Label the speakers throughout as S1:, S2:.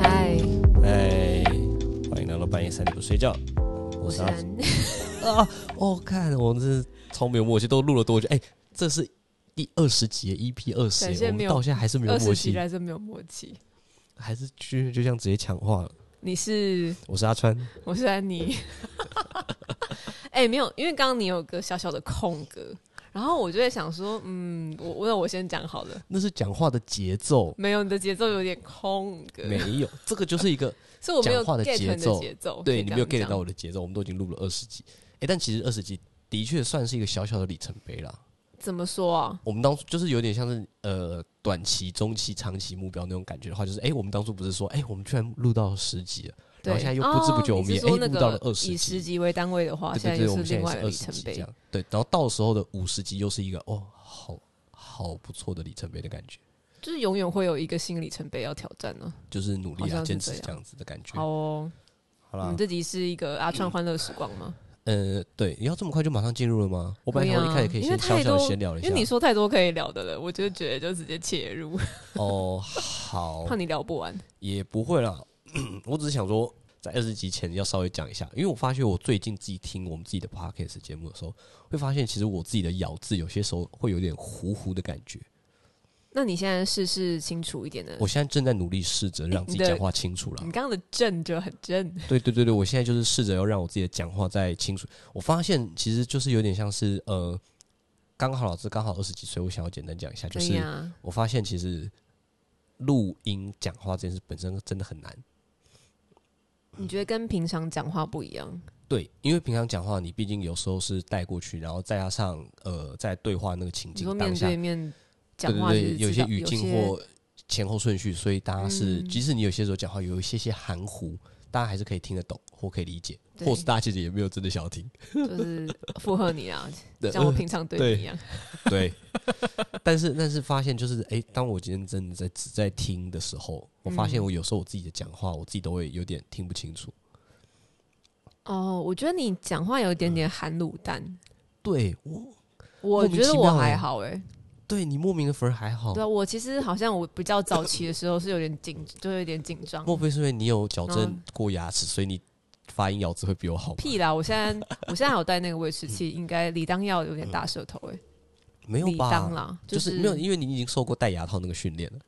S1: 哎
S2: 哎夜三点不睡觉。我
S1: 我是
S2: 阿
S1: 安，
S2: 啊，哦，看我们真是超没有默契，都录了多久？哎、这是第二十集，EP 二十
S1: 感，谢
S2: 我
S1: 没
S2: 们
S1: 有
S2: 到现在还是没有
S1: 二
S2: 默
S1: 十集
S2: 契，
S1: 来真没有默契。
S2: 还是就就这样直接抢话了。
S1: 你是
S2: 我是 阿川，
S1: 我是安妮，哎、没有，因为刚刚你有个小小的空格，然后我就在想说，嗯，我我那我先讲好了，
S2: 那是讲话的节奏，
S1: 没有你的节奏有点空格，
S2: 没 有，这个就是一个
S1: 所以我没有
S2: 讲话的
S1: get
S2: 节
S1: 你的
S2: 奏
S1: 节奏，可
S2: 对
S1: 以
S2: 你
S1: 这
S2: 没有
S1: 样
S2: get
S1: 讲
S2: 到我的节奏，我们都已经录了二十集，哎、但其实二十集的确算是一个小小的里程碑啦。
S1: 怎么说啊？
S2: 我们当初就是有点像是呃短期、中期、长期目标那种感觉的话，就是哎、我们当初不是说哎、我们居然录到十集了，然
S1: 对，
S2: 后现在又不知不觉
S1: 哦
S2: 我们
S1: 你
S2: 也
S1: 是说
S2: 哎
S1: 那
S2: 录
S1: 个
S2: 到了20
S1: 以
S2: 集
S1: 十级为单位的话，
S2: 对对
S1: 现在
S2: 对，我
S1: 又是
S2: 们现
S1: 另
S2: 在
S1: 外
S2: 也
S1: 一
S2: 是
S1: 个里
S2: 二十
S1: 程
S2: 集这
S1: 碑。
S2: 样，对，然后到时候的五十集又是一个哦，好好不错的里程碑的感觉，
S1: 就是永远会有一个新里程碑要挑战呢、
S2: 就是努
S1: 好
S2: 力啊，
S1: 像是
S2: 坚
S1: 这
S2: 持
S1: 样
S2: 这样子的感觉。
S1: 好哦，
S2: 好
S1: 我
S2: 啦
S1: 们，这集是一个阿川欢乐时光吗？
S2: 呃，对，你要这么快就马上进入了吗？我本来
S1: 可以啊
S2: 想一开始可以
S1: 因为
S2: 先
S1: 太
S2: 小小的
S1: 多
S2: 闲聊一
S1: 因为你
S2: 下。
S1: 说太多可以聊的了，我就觉得就直接切入，
S2: 哦， 好
S1: 怕，你聊不完。
S2: 也不会啦， 我只是想说。在二十集前要稍微讲一下，因为我发现我最近自己听我们自己的 podcast 节目的时候，会发现其实我自己的咬字有些时候会有点糊糊的感觉。
S1: 那你现在试试清楚一点的。
S2: 我现在正在努力试着让自己
S1: 你的
S2: 讲话清楚啦。
S1: 你刚刚的正就很正，
S2: 对对对对，我现在就是试着要让我自己的讲话再清楚。我发现其实就是有点像是呃，刚好老师刚好二十几岁，我想要简单讲一下，就
S1: 对
S2: 是
S1: 呀、
S2: 我发现其实录音讲话这件事本身真的很难。
S1: 你觉得跟平常讲话不一样？
S2: 对，因为平常讲话，你毕竟有时候是带过去，然后再加上呃，在对话那个情
S1: 你
S2: 境
S1: 说面
S2: 当下
S1: 对，面
S2: 对
S1: 讲话
S2: 对对，
S1: 其实
S2: 有
S1: 知
S2: 些
S1: 道
S2: 语境
S1: 有些
S2: 或前后顺序，所以大家是、
S1: 嗯
S2: 即使你有些时候讲话有一些些含糊，大家还是可以听得懂或可以理解，
S1: 对
S2: 或是大家其实也没有真的想要听。
S1: 就是附和你 啊，
S2: 对
S1: 像我平常对
S2: 对
S1: 你一样。啊
S2: 对， 但是但是发现就是，哎、当我今天真的在只在听的时候，我发现
S1: 嗯
S2: 我有时候我自己的讲话，我自己都会有点听不清楚。
S1: 哦，我觉得你讲话有一点点含卤蛋，
S2: 对我
S1: 我
S2: 嗯名
S1: 觉得
S2: 其
S1: 我
S2: 妙欸哦
S1: 还好哎、
S2: 对你莫名的反而还好
S1: 对，啊，我其实好像我比较早期的时候是有点紧，就有点紧张。
S2: 莫非是因为你有矫正
S1: 嗯
S2: 过牙齿，所以你发音咬字会比我好吗？
S1: 屁啦！我现在我现在还有戴那个维持器，应该理当要有点大舌头哎、
S2: 嗯没有
S1: 理当
S2: 吧？
S1: 啦，
S2: 就是
S1: 是
S2: 没有，因为你已经受过戴牙套那个 训练了，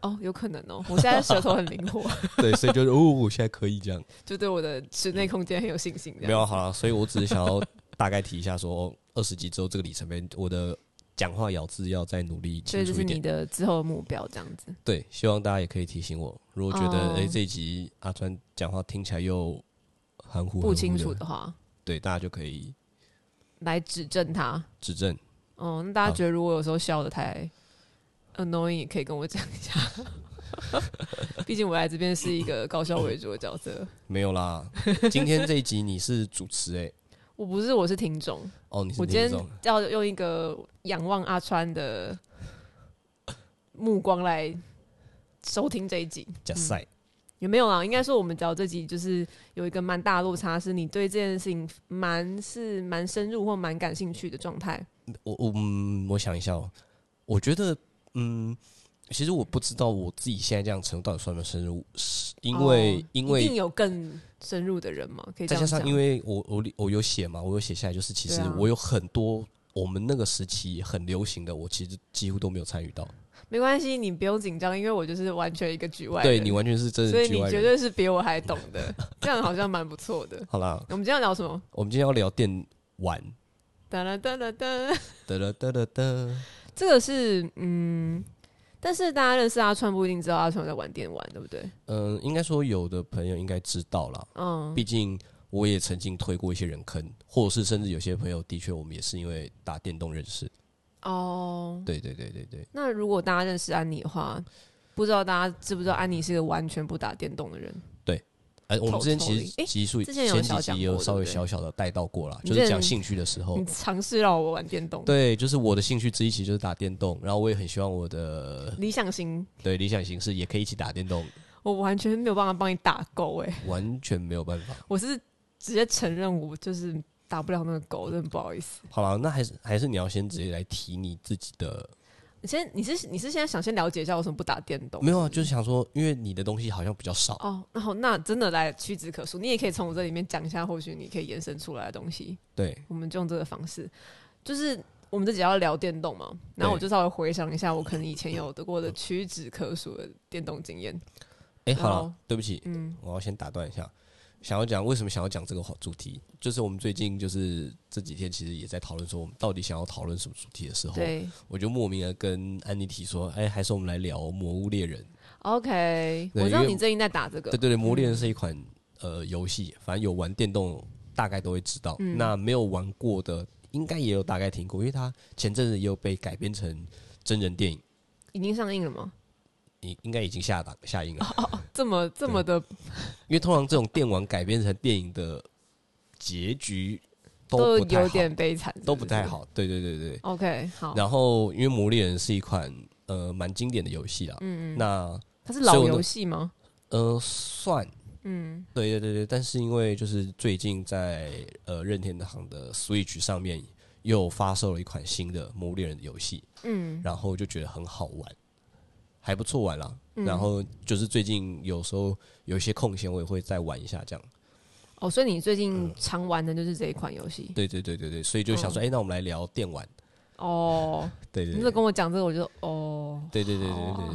S1: 哦，有可能哦、我现在舌头很灵活，
S2: 对，所以就是哦，我现在可以这样。
S1: 就对我的室内空间很有信心。这
S2: 没
S1: 样
S2: 有啊好了，所以我只是想要大概提一下说， 二十集之后这个里程碑，我的讲话咬字要再努力
S1: 所
S2: 清
S1: 以这
S2: 楚
S1: 是
S2: 一点
S1: 你。的之后的目标，这样子。
S2: 对，希望大家也可以提醒我，如果觉得
S1: 哦
S2: 诶这一集阿川讲话听起来又含糊含糊
S1: 不清楚
S2: 的，
S1: 的话，
S2: 对大家就可以
S1: 来指正他。
S2: 指正。
S1: 哦、那大家
S2: 好
S1: 觉得如果有时候笑的太 annoying，也可以跟我讲一 下。毕竟我来这边是一个搞笑为主的角色，
S2: 没有啦，今天这一集你是主持诶，
S1: 我不是，我是听众。
S2: 哦，你是
S1: 我今
S2: 听
S1: 天
S2: 众，
S1: 要用一个仰望阿川的目光来收听这一集，
S2: 假赛
S1: 也没有啦。应该说我们聊这集就是有一个蛮大的落差，是你对这件事情蛮是蛮深入或蛮感兴趣的状态。
S2: 我我嗯，我想一下哦，我觉得嗯，其实我不知道我自己现在这样程度到底算不算深入，是因为、
S1: 哦
S2: 因
S1: 一定
S2: 为
S1: 有更深入的人嘛，可以这
S2: 再
S1: 样
S2: 加上
S1: 讲
S2: 因为我我我有写嘛，我有写下来，就是其实
S1: 对啊
S2: 我有很多我们那个时期很流行的，我其实几乎都没有参与到。
S1: 没关系，你不用紧张，因为我就是完全一个局外人，
S2: 对你完全是真
S1: 所
S2: 的
S1: 以
S2: 局
S1: 你
S2: 外
S1: 绝
S2: 人。
S1: 对是比我还懂的，这样好像蛮不错的。
S2: 好啦，
S1: 我们今天要聊什么？
S2: 我们今天要聊电玩，
S1: 哒啦哒啦哒。
S2: 得了得了得，
S1: 这个是嗯，但是大家认识阿川不一定知道阿川有在玩电玩，对不对？
S2: 嗯，应该说有的朋友应该知道啦，
S1: 嗯，
S2: 毕竟我也曾经推过一些人坑，或者是甚至有些朋友的确我们也是因为打电动认识。
S1: 嗯哦，
S2: 对对对对对，
S1: 那如果大家认识安妮的话，不知道大家知不知道安妮是个完全不打电动的人？
S2: 哎、我们之前
S1: 透
S2: 其
S1: 透诶
S2: 实集数
S1: 之前有
S2: 前
S1: 小
S2: 几
S1: 讲
S2: 集也有
S1: 过
S2: 稍微
S1: 对不对
S2: 小小的带到过啦，
S1: 你
S2: 就
S1: 这
S2: 是
S1: 人
S2: 讲兴趣的时候
S1: 你。尝试让我玩电动，
S2: 哦对，就是我的兴趣之一其实就是打电动，然后我也很希望我的
S1: 理想型，
S2: 对理想型是也可以一起打电动，
S1: 我完全没有办法帮你打勾哎、
S2: 完全没有办法。
S1: 我是直接承认我就是打不了那个勾，真的不好意思。
S2: 好了，那还是还是你要先直接来提你自己的
S1: 你先，你是你是现在想先了解一下为什么不打电动？
S2: 没有啊，就是想说，因为你的东西好像比较少，
S1: 哦，然后那真的来屈指可数，你也可以从我这里面讲一下，或许你可以延伸出来的东西。
S2: 对，
S1: 我们就用这个方式，就是我们这集要聊电动嘛，然后我就稍微回想一下，我可能以前有得过的屈指可数的电动经验。
S2: 哎、好
S1: 然后
S2: 了，对不起，
S1: 嗯，
S2: 我要先打断一下，想要讲为什么想要讲这个话主题，就是我们最近就是这几天其实也在讨论说，我们到底想要讨论什么主题的时候，
S1: 对
S2: 我就莫名的跟安妮提说，哎、还是我们来聊《魔物猎人》。
S1: 嗯，OK，
S2: 对
S1: 我知道
S2: 因为
S1: 你最近在打这个
S2: 对，对对，《魔物猎人》是一款呃游戏，反正有玩电动大概都会知道。
S1: 嗯
S2: 那没有玩过的，应该也有大概听过，因为它前阵子也有被改编成真人电影，
S1: 已经上映了吗？
S2: 应应该已经下档下 映了。
S1: 这么这么的
S2: 因为通常这种电玩改编成电影的结局
S1: 都
S2: 都不太
S1: 有
S2: 好，
S1: 点悲惨，
S2: 都不太
S1: 是
S2: 好。对对对对。
S1: 不是。OK，好，
S2: 然后，因为《魔物猎人》是一款呃蛮经典的游戏啦，嗯嗯，那
S1: 它是
S2: 所以
S1: 老
S2: 我
S1: 游
S2: 呢
S1: 戏吗？
S2: 呃算
S1: 嗯，
S2: 对对对对，但是因为就是最近在呃任天堂的 Switch 上面又发售了一款新的《魔物猎人》游戏，嗯，然后就觉得很好玩，还不错玩啦。然后就是最近有时候有一些空闲，我也会再玩一下这样。
S1: 哦，所以你最近常玩的就是这一款游戏
S2: 嗯对对对对对，所以就想说，哎、那我们来聊电玩。
S1: 哦。
S2: 对对
S1: 你
S2: 对
S1: 在跟我讲这个，我就哦，
S2: 对对对对对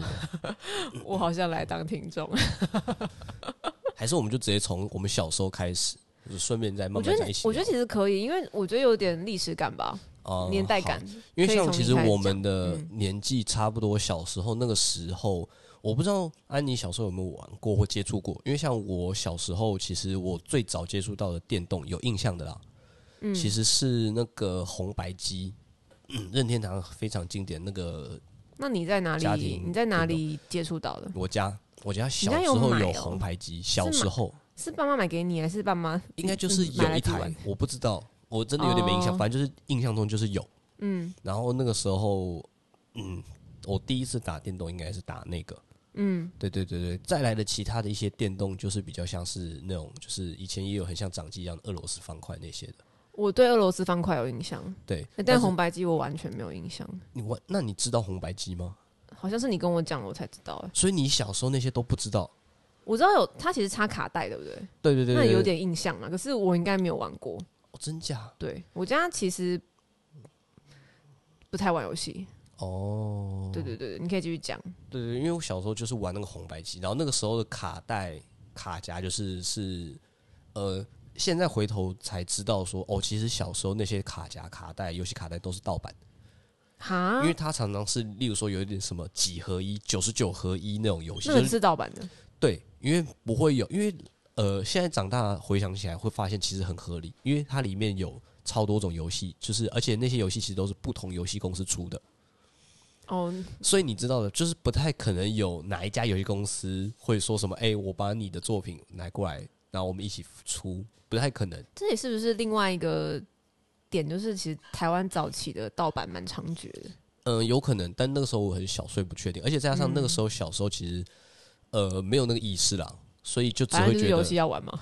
S2: 对，
S1: 我好像来当听众。
S2: 还是我们就直接从我们小时候开始，就是顺便再
S1: 我
S2: 慢
S1: 觉
S2: 慢
S1: 得
S2: 在
S1: 你
S2: 一，起
S1: 我觉得其实可以，因为我觉得有点历史感吧，
S2: 得
S1: 年代感。
S2: 因
S1: 可
S2: 为
S1: 以
S2: 像
S1: 从
S2: 其
S1: 一
S2: 实
S1: 开始
S2: 我
S1: 讲
S2: 们的年纪差不多，小时候那个时候，我不知道安妮小时候有没有玩过或接触过。因为像我小时候，其实我最早接触到的电动有印象的啦，
S1: 嗯
S2: 其实是那个红白机，嗯任天堂非常经典那个
S1: 那你在哪
S2: 家
S1: 里？
S2: 庭
S1: 你在哪里接触到的？
S2: 我家。我家小
S1: 家
S2: 时
S1: 有
S2: 候
S1: 买
S2: 有
S1: 哦
S2: 红白机，小
S1: 是
S2: 时
S1: 吗
S2: 候
S1: 是爸妈买给你，还是爸妈？
S2: 应该就是
S1: 嗯 买
S2: 有
S1: 来
S2: 一
S1: 自己
S2: 台
S1: 玩，
S2: 我不知道，我真的有点没印象，
S1: 哦
S2: 反正就是印象中就是有。
S1: 嗯
S2: 然后那个时候，嗯，我第一次打电动应该是打那个，
S1: 嗯，
S2: 对对对对，再来的其他的一些电动，就是比较像是那种，就是以前也有很像掌机一样的俄罗斯方块那些的。
S1: 我对俄罗斯方块有印象，
S2: 对，
S1: 但
S2: 是
S1: 红白机我完全没有印象，
S2: 你玩，那你知道红白机吗？
S1: 好像是你跟我讲了我才知道。哎，
S2: 所以你小时候那些都不知道。
S1: 我知道有它其实插卡带，对不对？
S2: 对对对
S1: 那
S2: 对，
S1: 有
S2: 对、
S1: 点印象啊，可是我应该没有玩过。
S2: 哦、真假
S1: 对我家其实不太玩游戏。
S2: 哦。
S1: 对对对，对你可以继续讲。
S2: 对对，因为我小时候就是玩那个红白机，然后那个时候的卡带卡夹就是是呃，现在回头才知道说哦，其实小时候那些卡夹卡带、游戏卡带都是盗版。
S1: 哈
S2: 因，
S1: 嗯
S2: 为它常常是，例如说有一点什么几合一、九十九合一那种游戏，
S1: 那
S2: 就
S1: 个
S2: 是
S1: 是盗版的。
S2: 对，因为不会有，因为呃，现在长大回想起来会发现其实很合理，因为它里面有超多种游戏，就是而且那些游戏其实都是不同游戏公司出的，
S1: 哦，
S2: 所以你知道的，就是不太可能有哪一家游戏公司会说什么，哎、我把你的作品拿过来，然后我们一起出，不太可能。
S1: 这也是不是另外一个点？就是其实台湾早期的盗版蛮猖獗的。
S2: 嗯，有可能，但那个时候我很小，所以不确定。而且再加上那个
S1: 嗯
S2: 时候小时候，其实、呃没有那个意识啦，所以就只
S1: 反
S2: 会
S1: 正就是
S2: 觉
S1: 游
S2: 得
S1: 戏要玩嘛。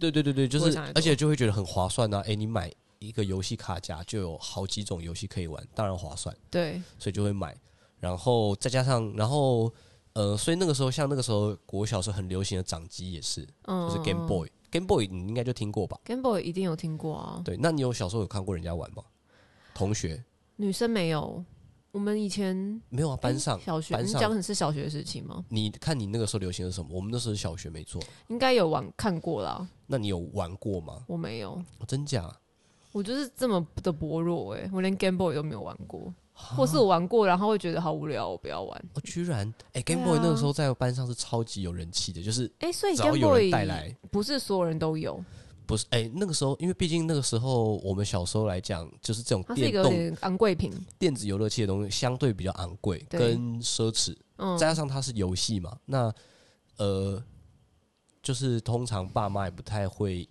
S2: 对对对对，就
S1: 不会
S2: 是
S1: 想太，多
S2: 而且就会觉得很划算呐、啊。哎、你买一个游戏卡夹就有好几种游戏可以玩，当然划算，
S1: 对，
S2: 所以就会买。然后再加上，然后呃，所以那个时候像那个时候国小时候很流行的掌机也是，
S1: 嗯，
S2: 就是 Game Boy、Game Boy 你应该就听过吧？
S1: Game Boy 一定有听过啊。
S2: 对，那你有小时候有看过人家玩吗？同学
S1: 女生没有，我们以前
S2: 没有啊？班上、
S1: 小学，
S2: 班
S1: 你
S2: 上
S1: 讲的是小学时期吗？
S2: 你看你那个时候流行的是什么？我们那时候是小学没错，
S1: 应该有玩看过啦，
S2: 那你有玩过吗？
S1: 我没有。
S2: 哦真假？
S1: 我就是这么的薄弱哎、我连 Game Boy 都没有玩过，或是我玩过，然后会觉得好无聊，我不要玩。
S2: 哦，居然哎、g
S1: 对
S2: a m e
S1: 啊
S2: Boy 那个时候在班上是超级有人气的，就是
S1: 哎、所以
S2: 只要
S1: Game
S2: 有
S1: Boy
S2: 人带来，
S1: 不是所有人都有，
S2: 不是哎、那个时候因为毕竟那个时候我们小时候来讲，就是这种
S1: 它是一
S2: 电
S1: 个有
S2: 动
S1: 点昂贵品。
S2: 电子游乐器的东西相对比较昂贵
S1: 对
S2: 跟奢侈，
S1: 嗯，
S2: 再加上它是游戏嘛，那呃，就是通常爸妈也不太会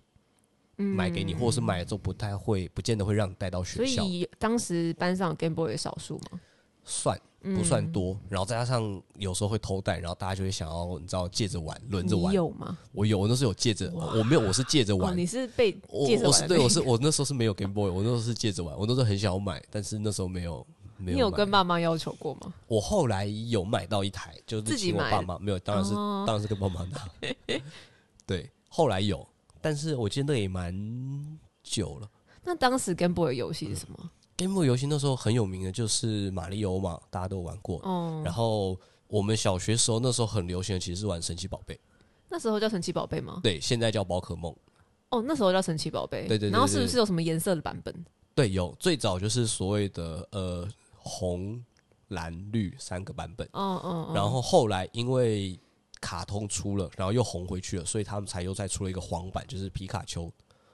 S2: 买给你，或者是买了之后不太会，不见得会让你带到
S1: 嗯所
S2: 学校，
S1: 以当时班上有 Game Boy 的少数嗯嘛，
S2: 算不算多？然后再加上有时候会偷带，然后大家就会想要你知道借着玩，轮着
S1: 你
S2: 玩。
S1: 有吗？
S2: 我有，我那时候有借着，我没有，我是借着
S1: 哦，
S2: 玩。
S1: 你是被
S2: 我
S1: 借着
S2: 我
S1: 玩
S2: 是
S1: 的
S2: 对
S1: 那
S2: 我
S1: 个
S2: 是我那时候是没有 Game Boy，我那时候是借着玩，我那时候很想要买，但是那时候没有没
S1: 你
S2: 有
S1: 有
S2: 买
S1: 跟爸妈要求过吗？
S2: 我后来有买到一台，就是
S1: 自己
S2: 请我
S1: 买
S2: 爸
S1: 的
S2: 妈没有，当然是、
S1: 哦
S2: 当然是跟爸妈 拿。对，后来有，但是我记得那也蛮久了。
S1: 那当时 Game Boy 的游戏是什么？
S2: Game Boy 游戏那时候很有名的就是马里欧嘛，大家都玩过。
S1: 哦、
S2: 然后我们小学时候那时候很流行的其实是玩神奇宝贝，
S1: 那时候叫神奇宝贝吗？
S2: 对，现在叫宝可梦。
S1: 哦，那时候叫神奇宝贝。
S2: 对对对
S1: 然后
S2: 对
S1: 是不
S2: 对
S1: 是有什么颜色的版本？
S2: 对，有最早就是所谓的呃红、蓝、绿三个版本，
S1: 哦哦哦。
S2: 然后后来因为卡通出了，然后又红回去了，所以他们才又再出了一个黄版，就是皮卡丘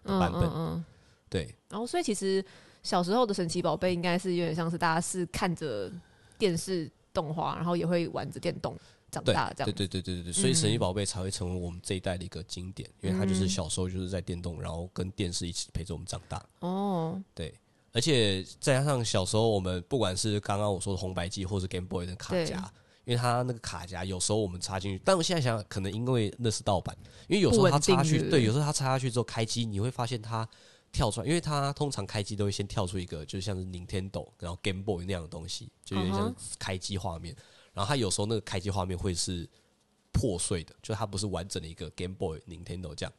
S2: 的版
S1: 嗯
S2: 本。
S1: 嗯嗯。
S2: 对，
S1: 然后，所以其实小时候的神奇宝贝应该是有点像是大家是看着电视动画，然后也会玩着电动长
S2: 对
S1: 大这样。
S2: 对对对对对，所以神奇宝贝才会成为我们这一代的一个经典，因为它就是小时候就是在电动，然后跟电视一起陪着我们长大。
S1: 哦，
S2: 对，而且再加上小时候我们不管是刚刚我说的红白机，或是 Game Boy 的卡
S1: 对
S2: 夹。因为它那个卡夹有时候我们插进去，但我现在想想，可能因为那是盗版，因为有时候它插下
S1: 不稳定是
S2: 去，
S1: 不是
S2: 对，有时候它插下去之后开机，你会发现它跳出来，因为它通常开机都会先跳出一个，就像是 Nintendo 然后 Game Boy 那样的东西，就有点像
S1: 嗯
S2: 是开机画面。然后它有时候那个开机画面会是破碎的，就它不是完整的一个 Game Boy、Nintendo 这样。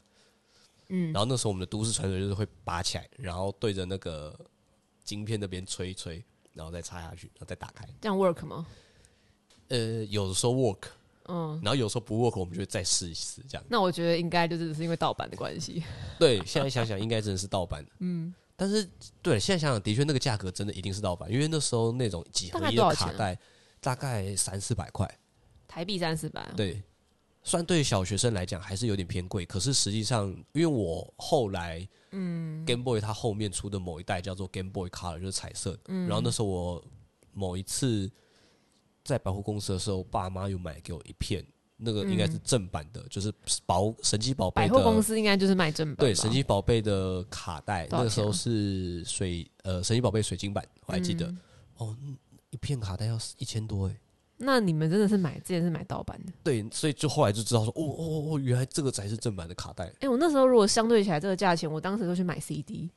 S1: 嗯，
S2: 然后那时候我们的都市传说就是会拔起来，然后对着那个晶片那边吹一吹，然后再插下去，然后再打开。
S1: 这样 work 吗？
S2: 呃，有的时候 work，
S1: 嗯，
S2: 然后有时候不 work，我们就会再试一试这样。
S1: 那我觉得应该就真的是因为盗版的关系。
S2: 对，现在想想应该真的是盗版。嗯，但是对，现在想想的确那个价格真的一定是盗版，因为那时候那种几合
S1: 大概
S2: 一
S1: 多
S2: 的
S1: 少钱
S2: 卡
S1: 啊
S2: 带大概三四百块，
S1: 台币三四百，啊
S2: 对。虽然对于小学生来讲还是有点偏贵，可是实际上，因为我后来，嗯，Game Boy 它后面出的某一代叫做 Game Boy Color，就是彩色的。
S1: 嗯
S2: 然后那时候我某一次在百货公司的时候，我爸妈又买给我一片，那个应该是正版的，就是宝神奇宝
S1: 嗯
S2: 贝
S1: 百
S2: 的
S1: 货公司应该就是卖正版吧。
S2: 对，神奇宝贝的卡带，
S1: 多
S2: 那
S1: 少钱
S2: 个时候
S1: 啊
S2: 是水呃神奇宝贝水晶版，我还记得、哦
S1: 嗯
S2: 一片卡带要一千多哎、
S1: 那你们真的是买，之前是买盗版的。
S2: 对，所以就后来就知道说，哦哦哦哦，原来这个才是正版的卡带。
S1: 哎、我那时候如果相对起来这个价钱，我当时就去买 CD。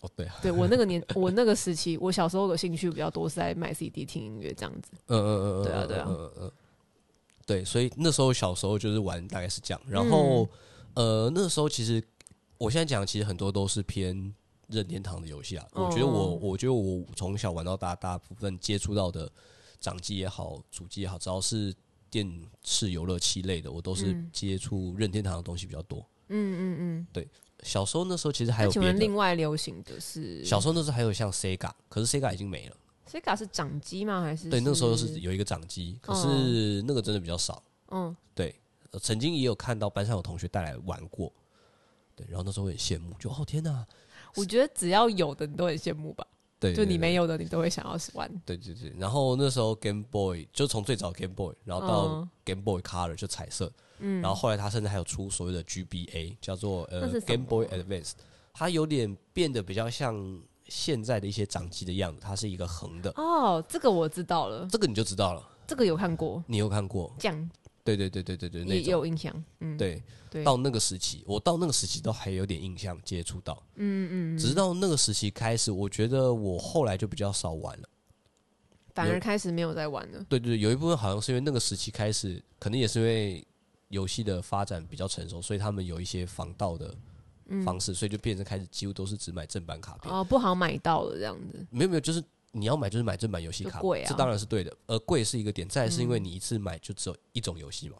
S2: 哦，对啊，
S1: 对我那个年，我那个时期，我小时候的兴趣比较多是在买 CD 听音乐这样子。
S2: 嗯嗯嗯嗯，
S1: 对啊对啊
S2: 嗯嗯嗯嗯，对，所以那时候小时候就是玩大概是这样，然
S1: 嗯
S2: 后、呃那时候其实我现在讲其实很多都是偏任天堂的游戏啊，我觉得我
S1: 哦
S2: 我觉得我从小玩到大，大部分接触到的掌机也好，主机也好，只要是电视游乐器类的，我都是
S1: 嗯
S2: 接触任天堂的东西比较多。
S1: 嗯嗯嗯。
S2: 小时候那时候其实还
S1: 那
S2: 有
S1: 请
S2: 别
S1: 问
S2: 的，
S1: 另外流行的是
S2: 小时候那时候还有像 Sega，可是 Sega 已经没了。
S1: Sega 是掌机吗？还是
S2: 对，那时候是有一个掌机，可是那个真的比较少。
S1: 嗯，
S2: 对，呃曾经也有看到班上有同学带来玩过，对，然后那时候我很羡慕，就哦天哪，
S1: 我觉得只要有的你都很羡慕吧，
S2: 对，
S1: 就你没
S2: 有，
S1: 有的你都会想要玩。
S2: 对对对。然后那时候 Game Boy 就从最早 Game Boy，然后到
S1: 嗯
S2: Game Boy Color 就彩色，
S1: 嗯
S2: 然后后来它甚至还有出所谓的 GBA，叫做
S1: 那
S2: 呃
S1: 是什
S2: Game
S1: 么
S2: Boy Advance，它有点变得比较像现在的一些掌机的样子，它是一个横的，
S1: 哦，这个我知道了，
S2: 这个你就知道了，
S1: 这个有看过，
S2: 你有看过？
S1: 这样
S2: 对对对对对对，
S1: 也
S2: 那
S1: 也
S2: 种
S1: 有印象。嗯，
S2: 对。
S1: 对，
S2: 到那个时期，我到那个时期都还有点印象接触到，嗯嗯，直到那个时期开始，我觉得我后来就比较少玩了。
S1: 反
S2: 有
S1: 而开始没有在玩了。
S2: 对对对，有一部分好像是因为那个时期开始，可能也是因为游戏的发展比较成熟，所以他们有一些防盗的方式，所以就变成开始几乎都是只买正版卡片。
S1: 嗯哦，不好买到了这样子。
S2: 没有没有，就是你要买就是买正版游戏卡
S1: 就，贵啊嗯
S2: 这当然是对的。而贵是一个点，再来是因为你一次买就只有一种游戏嘛，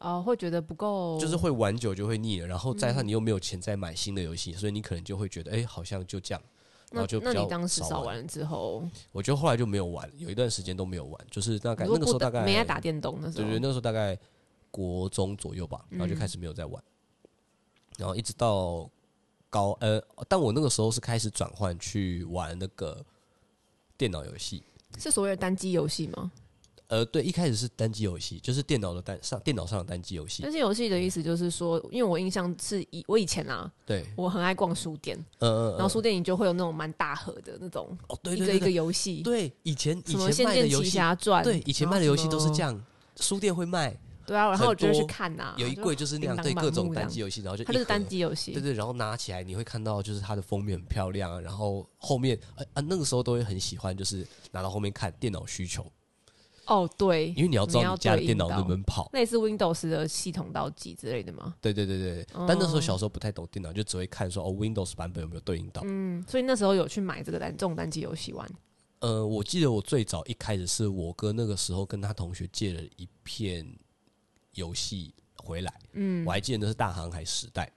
S1: 哦，嗯会觉得不够，
S2: 就是会玩久就会腻了，然后加上你又没有钱再买新的游戏，所以你可能就会觉得，哎、好像就这样。然
S1: 那
S2: 后就比
S1: 那
S2: 较
S1: 你当时
S2: 少
S1: 少
S2: 玩
S1: 玩了之后，
S2: 我觉得后来就没有玩，有一段时间都没有玩，就是大概
S1: 你
S2: 那
S1: 说
S2: 个
S1: 不
S2: 时候大
S1: 打
S2: 概
S1: 没爱打电动那时
S2: 对
S1: 候嗯
S2: 对，，那个时候大概国中左右吧，然后就开始没有再玩，然后一直到高呃，但我那个时候是开始转换去玩那个电脑游戏，
S1: 是所谓的单机游戏吗？
S2: 呃，对，一开始是单机游戏，就是电脑的单上电脑上的单机游戏
S1: 单，机游戏的意思就是说，因为我印象是以我以前啊，
S2: 对，
S1: 我很爱逛书店，
S2: 嗯嗯，
S1: 然后
S2: 嗯
S1: 书店里就会有那种蛮大盒的那种，
S2: 哦对
S1: 一
S2: 对
S1: 个一
S2: 对
S1: 个
S2: 对，
S1: 游戏，
S2: 对以前以
S1: 什么《
S2: 前
S1: 仙
S2: 卖的
S1: 剑
S2: 游
S1: 奇
S2: 戏，
S1: 侠传》，
S2: 对以前
S1: 然
S2: 卖
S1: 后
S2: 的游戏都是
S1: 什么
S2: 这样，书店会卖，
S1: 对啊，然后我就会去
S2: 很多
S1: 看呐、
S2: 有一
S1: 就
S2: 柜就是那样，对
S1: 叮当
S2: 各种
S1: 满目这
S2: 单
S1: 样
S2: 机游戏，然后就
S1: 它就是
S2: 一盒
S1: 单机游戏
S2: 对，对，然后拿起来你会看到，就是它的封面很漂亮啊，然后后面啊啊那个时候都会很喜欢，就是拿到后面看电脑需求，
S1: 哦，对
S2: 因，为你要知
S1: 你
S2: 道
S1: 要
S2: 你家的
S1: 对
S2: 电脑
S1: 应到
S2: 能不能跑。
S1: 类似 Windows 的系统导机之类的嘛。
S2: 对对对对，
S1: 哦
S2: 但那时候小时候不太懂电脑，就只会看说哦 Windows 版本有没有对应到。
S1: 嗯，所以那时候有去买这个单这种单机游戏玩。
S2: 呃，我记得我最早一开始是我哥那个时候跟他同学借了一片游戏回来，
S1: 嗯
S2: 我，还记得那是大航海时代，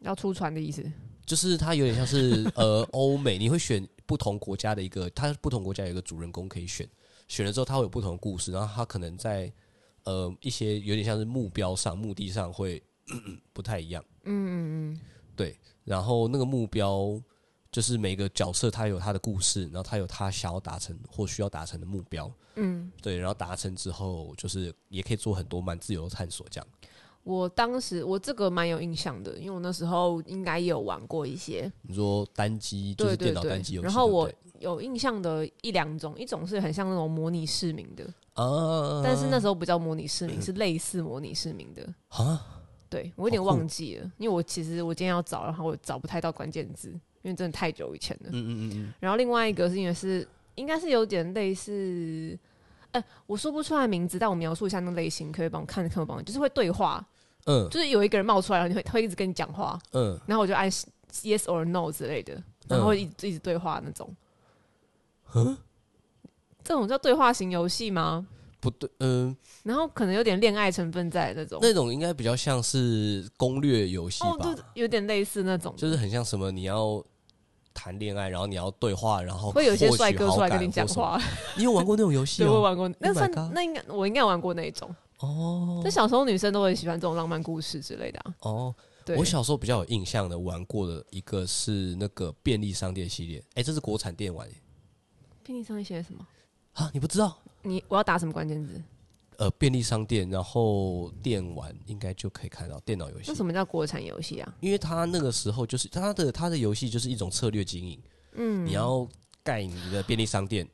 S1: 要出船的意思。
S2: 就是它有点像是 呃欧美，你会选不同国家的一个，它不同国家有一个主人公可以选，选了之后它会有不同的故事，然后它可能在呃一些有点像是目标上、目的上会 不太一样，
S1: 嗯嗯
S2: 对，然后那个目标。就是每个角色他有他的故事，然后他有他想要达成或需要达成的目标，
S1: 嗯嗯，
S2: 对，然后达成之后，就是也可以做很多蛮自由的探索这样。
S1: 我当时我这个蛮有印象的，因为我那时候应该也有玩过一些，
S2: 你说单机就
S1: 对
S2: 是
S1: 对
S2: 电脑单
S1: 对
S2: 机。游戏，
S1: 然后
S2: 对不
S1: 我
S2: 对
S1: 有印象的一两种，一种是很像那种模拟市民的，
S2: 啊，
S1: 但是那时候不叫模拟市 民，是类似模拟市民的。
S2: 啊，
S1: 对我有点
S2: 好酷
S1: 忘记了，因为我其实我今天要找，然后我找不太到关键字，因为真的太久以前了。
S2: 嗯嗯嗯
S1: 然后另外一个是因为是应该是有点类似，哎、我说不出来名字，但我描述一下那个类型，可不可以帮我看看我帮我，就是会对话，
S2: 嗯
S1: 就是有一个人冒出来，然后你会他会一直跟你讲话，
S2: 嗯
S1: 然后我就按 yes or no 之类的，然后一直、一直对话那种。
S2: 嗯，啊
S1: 这种叫对话型游戏吗？
S2: 不对，嗯，
S1: 然后可能有点恋爱成分在那种，
S2: 那种应该比较像是攻略游戏
S1: 哦，
S2: 吧，
S1: 对，有点类似那种的，
S2: 就是很像什么你要谈恋爱，然后你要对话，然后
S1: 会有一些
S2: 获取
S1: 帅哥
S2: 好
S1: 出来跟
S2: 感
S1: 你
S2: 或
S1: 讲
S2: 什么。
S1: 话。
S2: 你有玩过那种游戏
S1: 对，我有
S2: 哦？
S1: 玩过，那
S2: Oh my
S1: 算
S2: God
S1: 那应该我应该有玩过那一种。
S2: 哦
S1: 但小时候女生都很喜欢这种浪漫故事之类的、啊。
S2: 哦，
S1: 对，
S2: 我小时候比较有印象的玩过的一个是那个便利商店系列，哎，这是国产电玩耶
S1: 便利商店写的什么？
S2: 啊，你不知道？
S1: 你我要打什么关键字？
S2: 呃便利商店，然后电玩应该就可以看到电脑游戏
S1: 那。什么叫国产游戏啊？
S2: 因为他那个时候就是他的他的游戏就是一种策略经营，嗯，你要盖你的便利商店，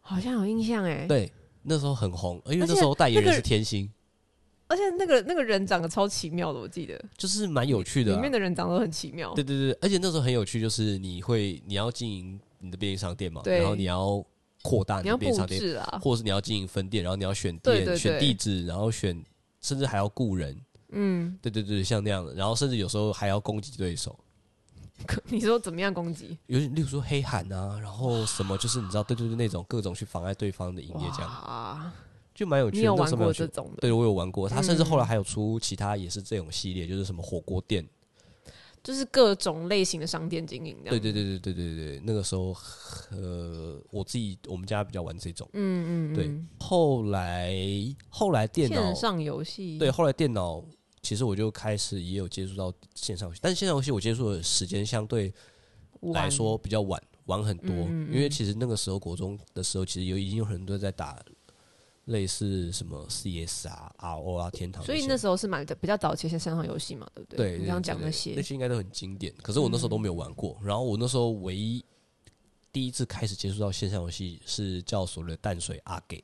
S1: 好像有印象哎、
S2: 对，那时候很红，因为
S1: 而且
S2: 那时候代言
S1: 那
S2: 人
S1: 个
S2: 是天心，
S1: 而且那个那个人长得超奇妙的，我记得
S2: 就是蛮有趣的
S1: 里
S2: 啊、
S1: 面的人长得都很奇妙。
S2: 对对对，而且那时候很有趣，就是你会你要经营你的便利商店嘛，
S1: 对
S2: 然后你要扩大
S1: 你
S2: 你
S1: 要
S2: 的便利
S1: 布
S2: 商店，
S1: 置啊，
S2: 或者是你要经营分店，然后你要选
S1: 对
S2: 店
S1: 对
S2: 选
S1: 对
S2: 地址，然后选甚至还要雇人，
S1: 嗯，
S2: 对对对，像那样的，然后甚至有时候还要攻击对手。
S1: 可你说怎么样攻击？
S2: 有点，例如说黑喊啊，然后什么就是你知道，对对对，那种各种去妨碍对方的营业，这样
S1: 哇，
S2: 就蛮有趣
S1: 你
S2: 的。
S1: 有
S2: 那
S1: 玩
S2: 时候
S1: 过
S2: 蛮有趣
S1: 这
S2: 的。
S1: 种的？
S2: 对，我有玩过，他甚至
S1: 嗯
S2: 后来还有出其他也是这种系列，就是什么火锅店，
S1: 就是各种类型的商店经营的。
S2: 对对对对对对对，那个时候呃，我自己我们家比较玩这种。
S1: 嗯，嗯嗯，
S2: 对后来后来电脑
S1: 线上游戏，
S2: 对，，后来电脑其实我就开始也有接触到线上游戏，但是线上游戏我接触的时间相对来
S1: 玩
S2: 说比较晚，晚很多。
S1: 嗯嗯嗯
S2: 因为其实那个时候国中的时候，其实有已经有很多人在打类似什么 CS 啊、RO 啊、天堂些，
S1: 所以那时候是买的比较早期一些线上游戏嘛，对不
S2: 对
S1: 你
S2: 对
S1: 刚刚
S2: 对
S1: 讲
S2: 对
S1: 那
S2: 那
S1: 些，嗯
S2: 些应该都很经典。可是我那时候都没有玩过，然后我那时候唯一第一次开始接触到线上游戏是叫所谓的淡水阿给，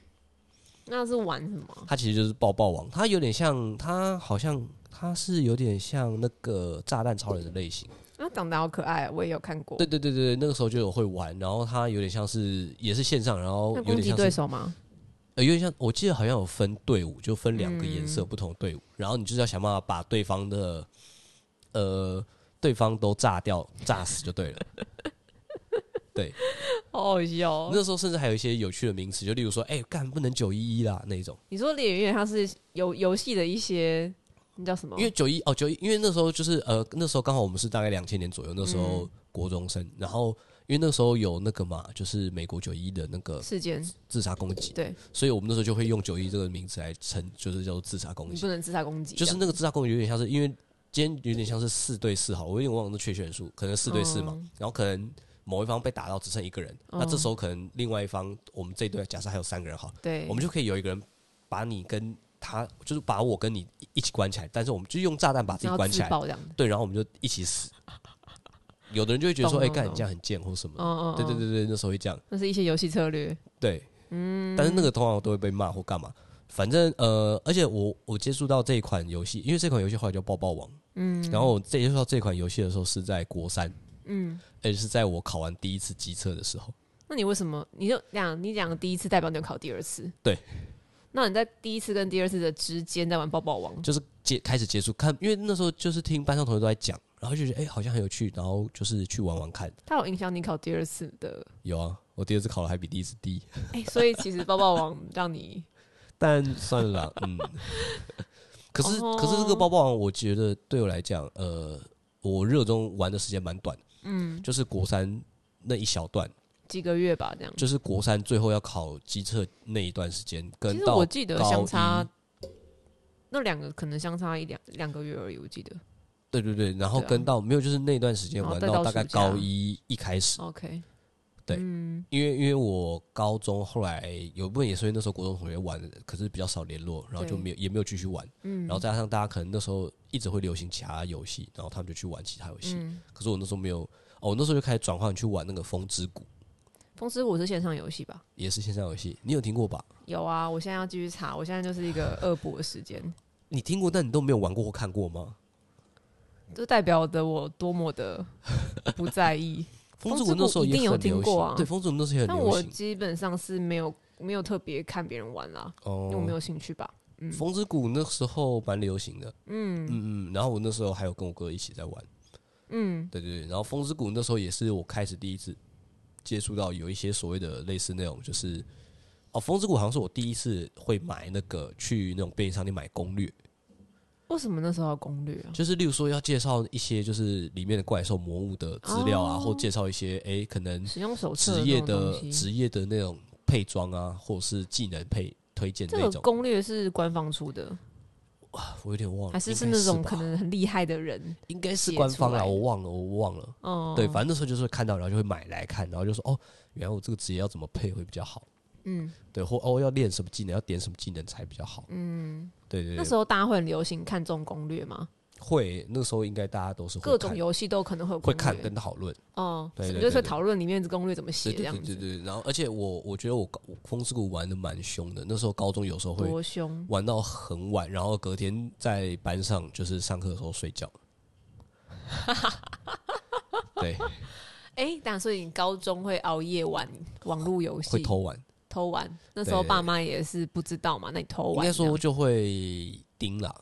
S1: 那是玩什么？
S2: 它其实就是抱抱王，它有点像，它好像它是有点像那个炸弹超人的类型。
S1: 那长得好可爱，我也有看过。
S2: 对对对对，那个时候就有会玩，然后它有点像是也是线上，然后
S1: 那
S2: 有
S1: 攻
S2: 点
S1: 击
S2: 像
S1: 对
S2: 是
S1: 手吗？
S2: 呃，有点像，我记得好像有分队伍，就分两个颜色不同的队伍，然后你就是要想办法把对方的，呃，对方都炸掉、炸死就对了。对，
S1: 好好笑哦！
S2: 那时候甚至还有一些有趣的名词，就例如说，哎、干不能九一一啦那一种，
S1: 你说猎人它是游游戏的一些那叫什么？
S2: 因为九一哦九一，因为那时候就是呃那时候刚好我们是大概两千年左右，那时候国中生，然后因为那时候有那个嘛，就是美国九一的那个
S1: 事件，
S2: 自杀攻击，
S1: 对
S2: 所以我们那时候就会用九一这个名词来称，就是叫做自杀攻
S1: 你
S2: 击
S1: 不。能自杀攻击这
S2: 就
S1: 样，
S2: 是那个自杀攻击有点像是，因为今天有点像是四对四好，我有点忘了确选数，可能四对四嘛，
S1: 嗯
S2: 然后可能某一方被打到只剩一个人，那这时候可能另外一方我们这一队假设还有三个人好，
S1: 对，
S2: 我们就可以有一个人把你跟他，就是把我跟你一起关起来，但是我们就用炸弹把自
S1: 然
S2: 己
S1: 后
S2: 关
S1: 自
S2: 起来，嗯
S1: 爆这样。
S2: 对，然后我们就一起死。有的人就会觉得说，
S1: 懂
S2: 哎，
S1: 懂
S2: 干、
S1: 懂
S2: 你这样很贱或什么
S1: 嗯嗯，
S2: 的，对对
S1: 嗯，
S2: 对对，那时候会这样，
S1: 那是一些游戏策略。
S2: 对，但是那个通常都会被骂或干嘛。反正呃，而且我我接触到这一款游戏，因为这款游戏后来叫抱抱网，
S1: 嗯
S2: 然后我接触到这款游戏的时候是在国三，
S1: 嗯，
S2: 而且是在我考完第一次机测的时候。
S1: 那你为什么你就讲你讲第一次代表你有考第二次？
S2: 对。
S1: 那你在第一次跟第二次的之间在玩抱抱王，
S2: 就是接开始接触看，因为那时候就是听班上同学都在讲，然后就觉得哎、诶好像很有趣，然后就是去玩玩看。
S1: 它有影响你考第二次的？
S2: 有啊，我第二次考的还比第一次低，
S1: 哎、所以其实抱抱王让你
S2: 但算了 啦，嗯。可是
S1: 哦
S2: 可是这个包包王，我觉得对我来讲，呃，我热衷玩的时间蛮短的，
S1: 嗯
S2: 就是国三那一小段，
S1: 几个月吧这样。
S2: 就是国三最后要考机测那一段时间，跟
S1: 其实
S2: 到
S1: 我记得
S2: 高
S1: 相
S2: 一
S1: 差那两个可能相差一两两个月而已，我记得。
S2: 对对对，然后
S1: 对啊
S2: 跟到、没有就是那段时间
S1: 然后
S2: 玩
S1: 再
S2: 到
S1: 到
S2: 大概
S1: 暑假
S2: 高一一开始，
S1: OK，
S2: 对
S1: 嗯
S2: 因为因为我高中后来有一部分也是因为那时候国中同学玩，可是比较少联络，然后就没有也没有继续玩，
S1: 嗯
S2: 然后再加上大家可能那时候一直会流行其他游戏，然后他们就去玩其他游戏，
S1: 嗯，
S2: 可是我那时候没有，哦，我那时候就开始转换去玩那个《风之谷》，
S1: 风之谷是线上游戏吧？
S2: 也是线上游戏，你有听过吧？
S1: 有啊，我现在要继续查，我现在就是一个恶补的时 间，
S2: 你听过，但你都没有玩过或看过吗？
S1: 就代表的我多么 的不在意。
S2: 风
S1: 风
S2: 之
S1: 之
S2: 谷
S1: 谷
S2: 那时候
S1: 一定
S2: 也
S1: 有
S2: 很
S1: 听
S2: 流行，
S1: 过啊
S2: 对，风之谷那时候也
S1: 但
S2: 很流
S1: 我
S2: 行。
S1: 基本上是没有没有特别看别人玩啦，因为我没
S2: 哦，
S1: 有兴趣吧。嗯
S2: 风之谷那时候蛮流行的，
S1: 嗯
S2: 嗯嗯，然后我那时候还有跟我哥一起在玩。
S1: 嗯
S2: 对对对，然后风之谷那时候也是我开始第一次接触到有一些所谓的类似那种，就是哦，风之谷好像是我第一次会买那个去那种便利商店买攻略，
S1: 为什么那时候要攻略啊？
S2: 就是例如说要介绍一些就是里面的怪兽魔物的资料啊，
S1: 哦
S2: 或介绍一些诶可能
S1: 使用手册
S2: 职
S1: 那
S2: 业
S1: 种东
S2: 的
S1: 西
S2: 职业的那种配装啊，或者是技能配推荐
S1: 这
S2: 那
S1: 个
S2: 种，
S1: 攻略是官方出的，
S2: 啊我有点忘了，
S1: 还是
S2: 应该
S1: 是那种
S2: 吧
S1: 可能很厉害的 人？
S2: 应该是
S1: 写
S2: 官
S1: 出
S2: 方啦，
S1: 来的
S2: 我忘了，我忘了。
S1: 哦，
S2: 对，反正那时候就是会看到，然后就会买来看，然后就说哦，原来我这个职业要怎么配会比较好，
S1: 嗯
S2: 对，或哦要练什么技能，要点什么技能才比较好，
S1: 嗯，
S2: 对对
S1: 那
S2: 对，
S1: 时候大家会很流行看重攻略吗？
S2: 会那时候应该大家都是会
S1: 各种
S2: 看
S1: 游戏都可能会有攻
S2: 会
S1: 略
S2: 看跟讨论，
S1: 哦，
S2: 对对
S1: 你
S2: 对
S1: 就会
S2: 对
S1: 讨论里面的攻略怎么写
S2: 对
S1: 这
S2: 对
S1: 样
S2: 对
S1: 子
S2: 对，对，然后而且我我觉得我高我风之谷玩的蛮凶的，那时候高中有时候会
S1: 多凶
S2: 玩到很晚，然后隔天在班上就是上课的时候 睡觉，对，
S1: 哎！但所以你高中会熬夜玩网络游
S2: 会
S1: 戏，
S2: 偷玩，
S1: 偷玩，那
S2: 对
S1: 时候
S2: 对
S1: 爸妈也是不知道嘛，那你偷
S2: 应
S1: 玩
S2: 该
S1: 这样，
S2: 说就会盯啦，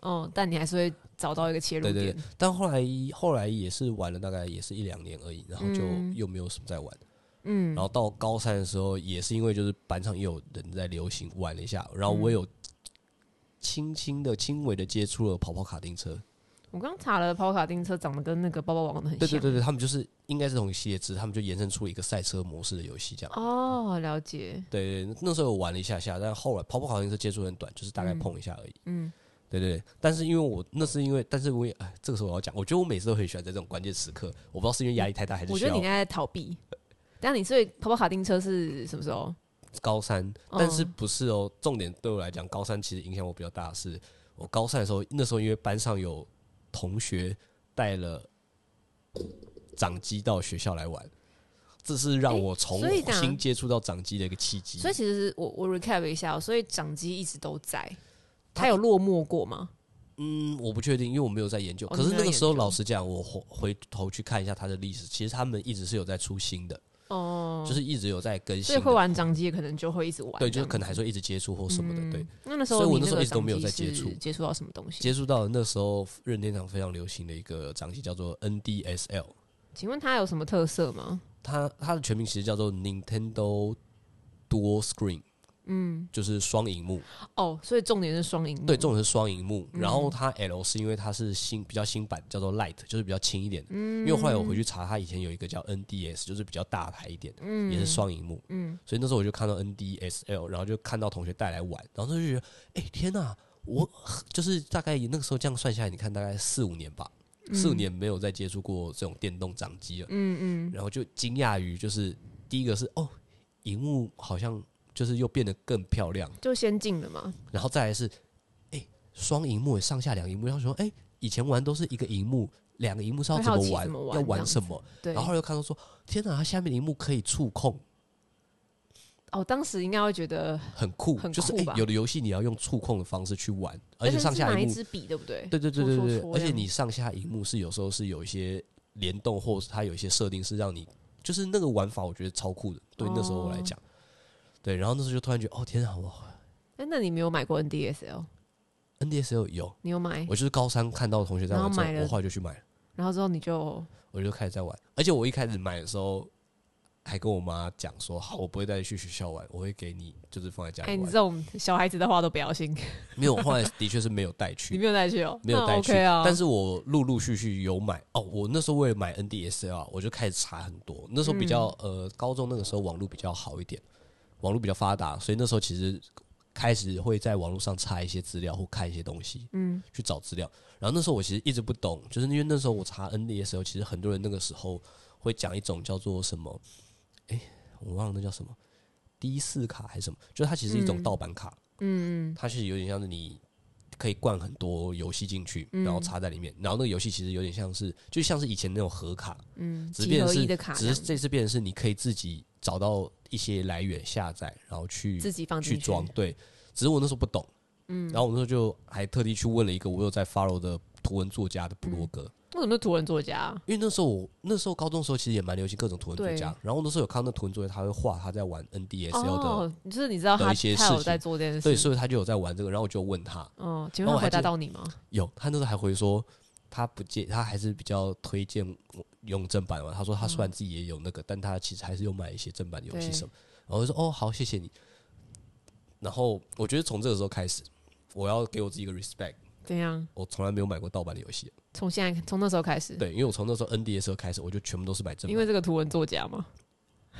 S1: 哦，但你还是会找到一个切入
S2: 对对
S1: 点
S2: 对，，但后来后来也是玩了大概也是一两年而已，然后就
S1: 嗯
S2: 又没有什么在玩。
S1: 嗯
S2: 然后到高三的时候，也是因为就是班上也有人在流行玩了一下，然后
S1: 嗯
S2: 我有轻轻的、轻微的接触了跑跑卡丁车。
S1: 我刚查了跑卡丁车长得跟那个包包王的很
S2: 对
S1: 像，
S2: 对对对，他们就是应该是同一个系列之，他们就延伸出一个赛车模式的游戏这样。
S1: 哦，了解，
S2: 对对，那时候有玩了一下下，但后来跑跑卡丁车接触很短，就是大概
S1: 嗯
S2: 碰一下而已。
S1: 嗯，
S2: 对对对，但是因为我那是因为，但是我也哎，这个时候我要讲，我觉得我每次都很喜欢在这种关键时刻，我不知道是因为压力太大还是
S1: 我
S2: 需
S1: 觉得
S2: 要
S1: 你应该在逃避。但你所以跑跑卡丁车是什么时候？
S2: 高三，
S1: 嗯
S2: 但是不是哦？重点对我来讲，高三其实影响我比较大的是，我高三的时候，那时候因为班上有同学带了掌机到学校来玩，这是让我从
S1: 所以等下
S2: 新接触到掌机的一个契机。
S1: 所以其实我我 recap 一下、哦，所以掌机一直都在，
S2: 它
S1: 它有落寞过吗？
S2: 嗯，我不确定，因为我没有在研究。
S1: 哦
S2: 可是
S1: 你没
S2: 那
S1: 有
S2: 个时候，
S1: 研究
S2: 老实讲，我回回头去看一下它的历史，其实他们一直是有在出新的，
S1: 哦，
S2: 就是一直有在更
S1: 所以
S2: 新
S1: 会
S2: 的。
S1: 玩掌机，可能就会一直玩这
S2: 对，
S1: 样子，嗯
S2: 就是可能还是会一直接触或什么的，对。
S1: 那那时
S2: 所
S1: 候
S2: 以我
S1: 你
S2: 那时候
S1: 个
S2: 一直都没有
S1: 掌
S2: 在
S1: 机
S2: 接
S1: 是
S2: 触
S1: 接触到什么东西？
S2: 接触到那时候任天堂非常流行的一个掌机叫做 NDSL，
S1: 请问它有什么特色吗？
S2: 它它的全名其实叫做 Nintendo Dual Screen，嗯，就是双荧幕。
S1: 哦，所以重点是双赢，
S2: 对，重点是双荧幕。
S1: 嗯
S2: 然后它 L 是因为它是新比较新版，叫做 Light，就是比较轻一点的。
S1: 嗯
S2: 因为后来我回去查，它以前有一个叫 NDS，就是比较大台一点，也
S1: 嗯
S2: 是双荧幕。所以那时候我就看到 NDSL，然后就看到同学带来玩，然后就觉得，哎、天呐，我就是大概那个时候这样算下来，你看大概四五年吧，四五年没有再接触过这种电动掌机了。
S1: 嗯嗯，
S2: 然后就惊讶于，就是第一个是哦，荧幕好像就是又变得更漂亮，
S1: 就先进了嘛，
S2: 然后再来是，哎、双荧幕上下两荧幕，然后说，哎、以前玩都是一个荧幕，两个荧幕是要
S1: 会
S2: 怎么
S1: 好奇
S2: 玩，
S1: 怎么玩
S2: 要
S1: 这
S2: 玩
S1: 样
S2: 什么，
S1: 对
S2: 然，后又看到说，天哪，它下面的荧幕可以触控，
S1: 哦，当时应该会觉得，
S2: 很酷，
S1: 很
S2: 就是、
S1: 酷
S2: 诶
S1: 吧
S2: 有的游戏你要用触控的方式去玩，而且
S1: 是
S2: 上下
S1: 拿
S2: 一
S1: 一
S2: 幕，
S1: 支笔，对不对？
S2: 对对对对
S1: 戳戳
S2: 对，
S1: 戳
S2: 而且
S1: 这样
S2: 你上下荧幕是有时候是有一些联动，或是它有一些设定是让你，就是那个玩法我觉得超酷的，对那时候
S1: 哦
S2: 我来讲，对，然后那时候就突然觉得，哦天啊，我
S1: 哎，那你没有买过 NDSL？
S2: NDSL 有，
S1: 你有买？
S2: 我就是高三看到同学在
S1: 然后
S2: 玩之后，
S1: 买了
S2: 我后来就去买了，
S1: 然后之后你就
S2: 我就开始在玩，而且我一开始买的时候。还跟我妈讲说，好，我不会带你去学校玩，我会给你，就是放在家
S1: 哎、
S2: 里
S1: 你
S2: 玩
S1: 这。种小孩子的话都不要信，
S2: 没有，我后来的确是没有带去
S1: 你，没有带去哦，
S2: 没有带去，
S1: 那 OK 啊。
S2: 但是我陆陆续续有买哦。我那时候为了买 NDSL，啊我就开始查很多。那时候比较、
S1: 嗯
S2: 呃，高中那个时候网络比较好一点，网络比较发达，所以那时候其实开始会在网络上查一些资料或看一些东西，嗯，去找资料。然后那时候我其实一直不懂，就是因为那时候我查 NDSL，其实很多人那个时候会讲一种叫做什么，哎、我忘了那叫什么 D 四卡还是什么，就是它其实是一种盗版卡，
S1: 嗯，嗯
S2: 它是有点像是你可以灌很多游戏进去，
S1: 嗯
S2: 然后插在里面，然后那个游戏其实有点像是就像是以前那种盒卡，
S1: 嗯，
S2: 只是
S1: 集
S2: 变
S1: 合
S2: 成
S1: 一
S2: 是
S1: 的卡这
S2: 只
S1: 样，
S2: 是这次变成是你可以自己找到一些来源下载，然后去
S1: 自己放进
S2: 去装。对，只是我那时候不懂，嗯，然后我那时候就还特地去问了一个我有在 follow 的图文作家的部
S1: 嗯
S2: 落格，
S1: 为什么是图文作家？
S2: 因为那时候我那时候高中的时候其实也蛮流行各种图文作家
S1: 对，
S2: 然后那时候有看到那图文作家他会画他在玩 NDSL 的，
S1: 哦，就是你知道
S2: 的
S1: 他
S2: 一些
S1: 他
S2: 事
S1: 有
S2: 情
S1: 在做这件
S2: 对，
S1: 事，
S2: 所以他就有在玩这个，然后我就问他，
S1: 嗯，请问
S2: 然后
S1: 他
S2: 我还
S1: 回答
S2: 记得
S1: 到你吗？
S2: 有，他那时候还回说，他不介，他还是比较推荐我用正版玩。他说他虽然自己也有那个，但他其实还是有买一些正版的游戏
S1: 对
S2: 什么。然后我就说哦，好，谢谢你。然后我觉得从这个时候开始，我要给我自己一个 respect。
S1: 怎样？
S2: 我从来没有买过盗版的游戏，
S1: 从现在从那时候开始，
S2: 对，因为我从那时候 NDS 开始，我就全部都是买正
S1: 因为
S2: 版，
S1: 这个图文作家嘛，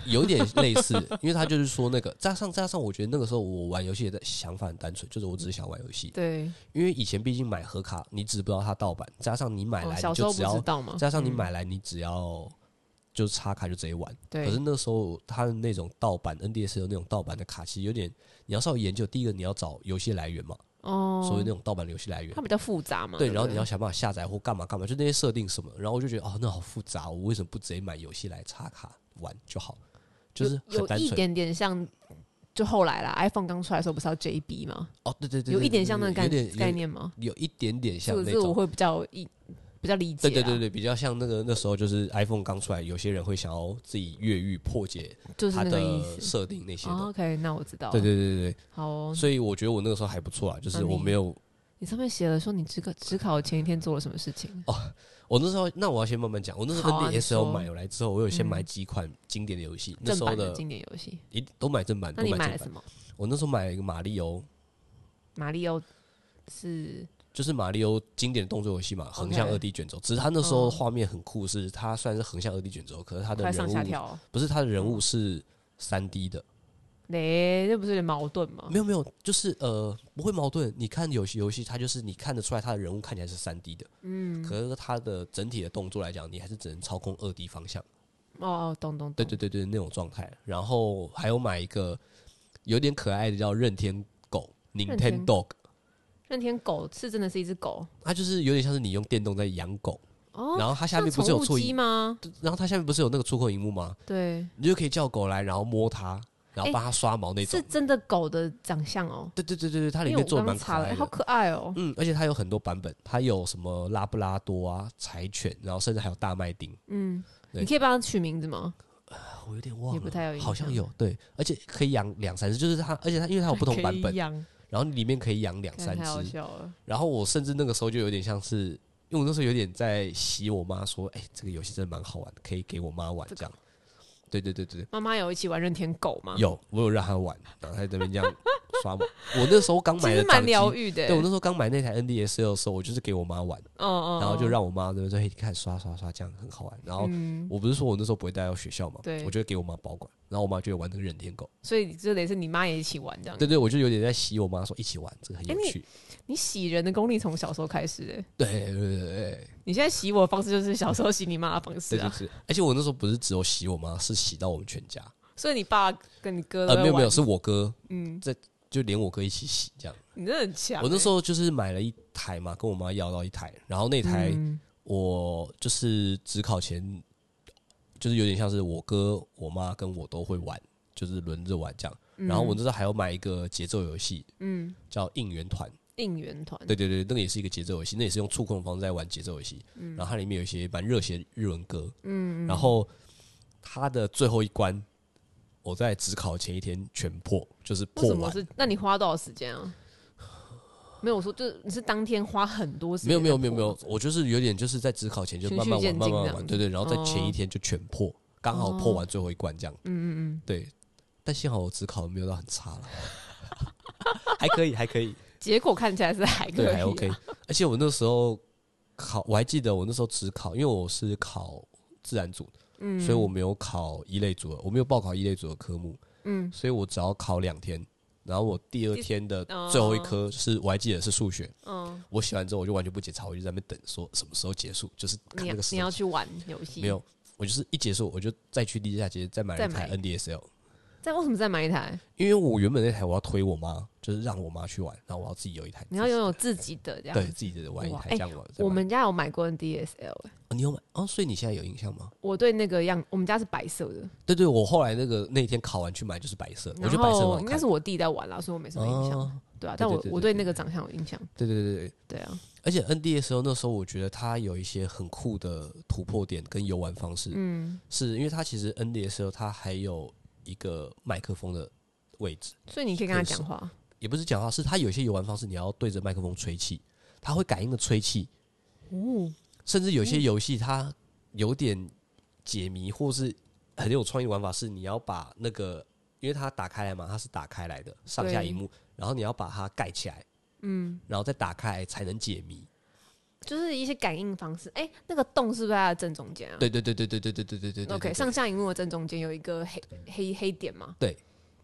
S2: 有一点类似，因为他就是说那个加上加上，我觉得那个时候我玩游戏的想法很单纯，就是我只是想玩游戏，
S1: 对，
S2: 因为以前毕竟买盒卡，你只不知道它盗版，加上你买
S1: 哦
S2: 来
S1: 小
S2: 你
S1: 时候
S2: 就
S1: 不
S2: 只要
S1: 知道嘛，
S2: 加上你
S1: 嗯
S2: 买来，你只要就插卡就直接玩。
S1: 对，
S2: 可是那时候它的那种盗版 NDS 有那种盗版的卡，其实有点你要稍微研究。第一个你要找游戏来源嘛，
S1: 哦，
S2: 所谓那种盗版的游戏来源
S1: 它。比较复杂嘛，
S2: 对，
S1: 不
S2: 然后你要想办法下载或干嘛干嘛，就那些设定什么，然后我就觉得哦，那好复杂，我为什么不直接买游戏来插卡玩就好？就是
S1: 有
S2: 很单
S1: 一
S2: 纯
S1: 点点像，就后来啦，iPhone 刚出来的时候不是要 JB 吗？
S2: 哦，对对对，
S1: 有
S2: 对
S1: 一点像那个概
S2: 有点
S1: 概，念吗？
S2: 有有一点点
S1: 这
S2: 像
S1: 个
S2: 那
S1: 是我
S2: 种，
S1: 会比较一比较理解啊
S2: 对
S1: 啦，
S2: 对对对，比较像那个那时候就是 iPhone 刚出来，有些人会想要自己越狱破解
S1: 就是
S2: 它
S1: 那个意思。
S2: 的设定那些
S1: 哦
S2: 的。
S1: OK，那我知道了。
S2: 对对对对
S1: 好哦
S2: 对，。所以我觉得我那个时候还不错啊，就是
S1: 那你
S2: 我没有，
S1: 你上面写了说你只考只考前一天做了什么事情？
S2: 我那时候那我要先慢慢讲，我那时候
S1: 好啊
S2: 跟 DSL
S1: 你说
S2: 买回来之后，我有先
S1: 嗯
S2: 买几款经典的游戏，那
S1: 正
S2: 时候
S1: 版
S2: 的
S1: 经典游戏。
S2: 一都买正版，
S1: 那
S2: 都
S1: 你
S2: 买
S1: 买了
S2: 正
S1: 什
S2: 版。
S1: 么？
S2: 我那时候买了一个马里欧，
S1: 马里奥是
S2: 就是马里欧经典的动作游戏嘛，横向二 D 卷轴。只是它那时候
S1: 嗯
S2: 画面很酷，是它虽然是横向二 D 卷轴，可是它的
S1: 快上
S2: 人
S1: 下
S2: 物
S1: 跳哦，
S2: 不是它的人物是三 D 的，
S1: 嘞，这不是有点矛盾吗？
S2: 没有没有，就是呃不会矛盾。你看有些游戏，它就是你看得出来它的人物看起来是三 D 的，嗯，可是它的整体的动作来讲，你还是只能操控二 D 方向。
S1: 哦哦，懂懂懂。
S2: 对对对对，那种状态。然后还有买一个有点可爱的叫任天狗
S1: 任
S2: （Nintendo
S1: 天
S2: Dog），
S1: 任天狗是真的是一只狗
S2: 它就是有点像是你用电动在养狗，
S1: 哦，
S2: 然后它下
S1: 像
S2: 面不
S1: 宠
S2: 是有触
S1: 物鸡
S2: 屏，
S1: 吗？
S2: 然后它下面不是有那个触控荧幕吗？
S1: 对，
S2: 你就可以叫狗来，然后摸它，然后
S1: 哎
S2: 帮它刷毛那种
S1: 是。真的狗的长相哦。
S2: 对对对对对，它里
S1: 因为
S2: 面
S1: 我
S2: 做的
S1: 刚刚
S2: 蛮可
S1: 查了，
S2: 爱
S1: 哎好
S2: 的。
S1: 可爱哦。
S2: 嗯，而且它有很多版本，它有什么拉布拉多啊、柴犬，然后甚至还有大麦丁。
S1: 嗯，
S2: 对
S1: 你可以帮它取名字吗？
S2: 啊我有点忘
S1: 也
S2: 了，
S1: 不太有印
S2: 好像
S1: 象
S2: 有对，而且可以养两三只，就是它，而且它因为它有不同版
S1: 可
S2: 本
S1: 以，养
S2: 然后里面可以养两
S1: 看
S2: 三
S1: 太好
S2: 只，
S1: 笑了。
S2: 然后我甚至那个时候就有点像是，因为我那时候有点在洗我妈说，哎、这个游戏真的蛮好玩，可以给我妈玩这样。对对对对，
S1: 妈妈有一起玩任天狗吗？，
S2: 有我有让她玩，然后她在那边这样刷我。 我那时候刚
S1: 其
S2: 买
S1: 实
S2: 的掌
S1: 蛮
S2: 机，
S1: 疗愈的。
S2: 对我那时候刚买那台 NDSL 的时候，我就是给我妈玩，
S1: 嗯嗯，
S2: 然后就让我妈在那边说，嘿，你看刷刷刷这样很好玩。然后
S1: 嗯，
S2: 我不是说我那时候不会带到学校嘛，
S1: 对
S2: 我就会给我妈保管，然后我妈就会玩那个任天狗。
S1: 所以就得是你妈也一起玩这样。
S2: 对对，我就有点在洗我妈说一起玩，这个很有
S1: 嗯哎你
S2: 趣。
S1: 你洗人的功力从小时候开始的，
S2: 对对对对对。
S1: 你现在洗我的方式就是小时候洗你妈的方式
S2: 对对
S1: 啊。
S2: 对，而且我那时候不是只有洗我妈，是洗到我们全家。
S1: 所以你爸跟你哥都
S2: 呃，
S1: 在
S2: 没有没有，
S1: 玩，
S2: 是我哥，
S1: 嗯，
S2: 就连我哥一起洗这样。
S1: 你真的很强欸。
S2: 我那时候就是买了一台嘛，跟我妈要到一台，然后那台
S1: 嗯
S2: 我就是只考前，就是有点像是我哥、我妈跟我都会玩，就是轮着玩这样。然后我那时候还有买一个节奏游戏，
S1: 嗯，
S2: 叫应援团。
S1: 应援团，
S2: 对对对，那个也是一个节奏游戏，那也是用触控的方式在玩节奏游戏。然后它里面有一些蛮热血的日文歌。
S1: 嗯，
S2: 然后它的最后一关，我在只考前一天全破，就是
S1: 为
S2: 破
S1: 什么
S2: 完。
S1: 是？那你花多少时间啊？没有，我说就是你是当天花很多时间，
S2: 没有没有没有没有，，我就是有点就是在只考前就
S1: 循序
S2: 慢慢玩
S1: 渐进
S2: 慢慢
S1: 这样哦
S2: 玩，对对，然后在前一天就全破，刚好破完最后一关这样。
S1: 嗯嗯嗯，
S2: 对，但幸好我只考没有到很差 了，还可以还可以，
S1: 结果看起来是还可以、
S2: 对
S1: 啊，
S2: 还 OK。而且我那时候考，我还记得我那时候只考，因为我是考自然组，
S1: 嗯，
S2: 所以我没有考一类组的，我没有报考一类组的科目，
S1: 嗯
S2: 所以我只要考两天。然后我第二天的
S1: 哦
S2: 最后一科是，我还记得是数学。
S1: 嗯，
S2: 我写完之后我就完全不检查，我就在那边等，说什么时候结束，就是看
S1: 你
S2: 那
S1: 要
S2: 个时
S1: 你
S2: 候
S1: 要去玩游戏，
S2: 没有，我就是一结束我就再去地下街再买
S1: 再
S2: 了一台
S1: 买
S2: NDSL，
S1: 再为什么再买一台？
S2: 因为我原本那台我要推我妈，就是让我妈去玩，然后我要自己有一台，
S1: 你要拥有自己的这样。
S2: 对，自己的玩一
S1: 哇
S2: 台
S1: 哎
S2: 这样玩。再
S1: 我
S2: 玩
S1: 们家有买过 NDSL，、欸、
S2: 哦你有买哦，所以你现在有印象吗？
S1: 我对那个样，我们家是白色的，
S2: 对对，我后来那个那天考完去买就是白色，我
S1: 然
S2: 觉得白色很好
S1: 后
S2: 看。
S1: 应该是我弟在玩啦，所以我没什么印象，
S2: 哦
S1: 对啊
S2: 对，
S1: 但我
S2: 对对
S1: 我
S2: 对
S1: 对那个长相有印象，
S2: 对对对对，
S1: 对啊，
S2: 而且 NDSL 那时候我觉得它有一些很酷的突破点跟游玩方式，
S1: 嗯，
S2: 是因为它其实 NDSL 它还有一个麦克风的位置。
S1: 所以你可以跟他讲话，
S2: 也不是讲话，是它有一些游玩方式，你要对着麦克风吹气，它会感应的吹气。
S1: 哦，
S2: 甚至有些游戏它有点解谜，或是很有创意玩法，是你要把那个，因为它打开来嘛，它是打开来的上下荧幕，然后你要把它盖起来，
S1: 嗯，
S2: 然后再打开来才能解谜。
S1: 就是一些感应方式，哎、那个洞是不是在它的正中间啊？
S2: 对对对对对对对对对对对
S1: o k
S2: 对
S1: 上下荧幕的正中间有一个黑黑黑点嘛，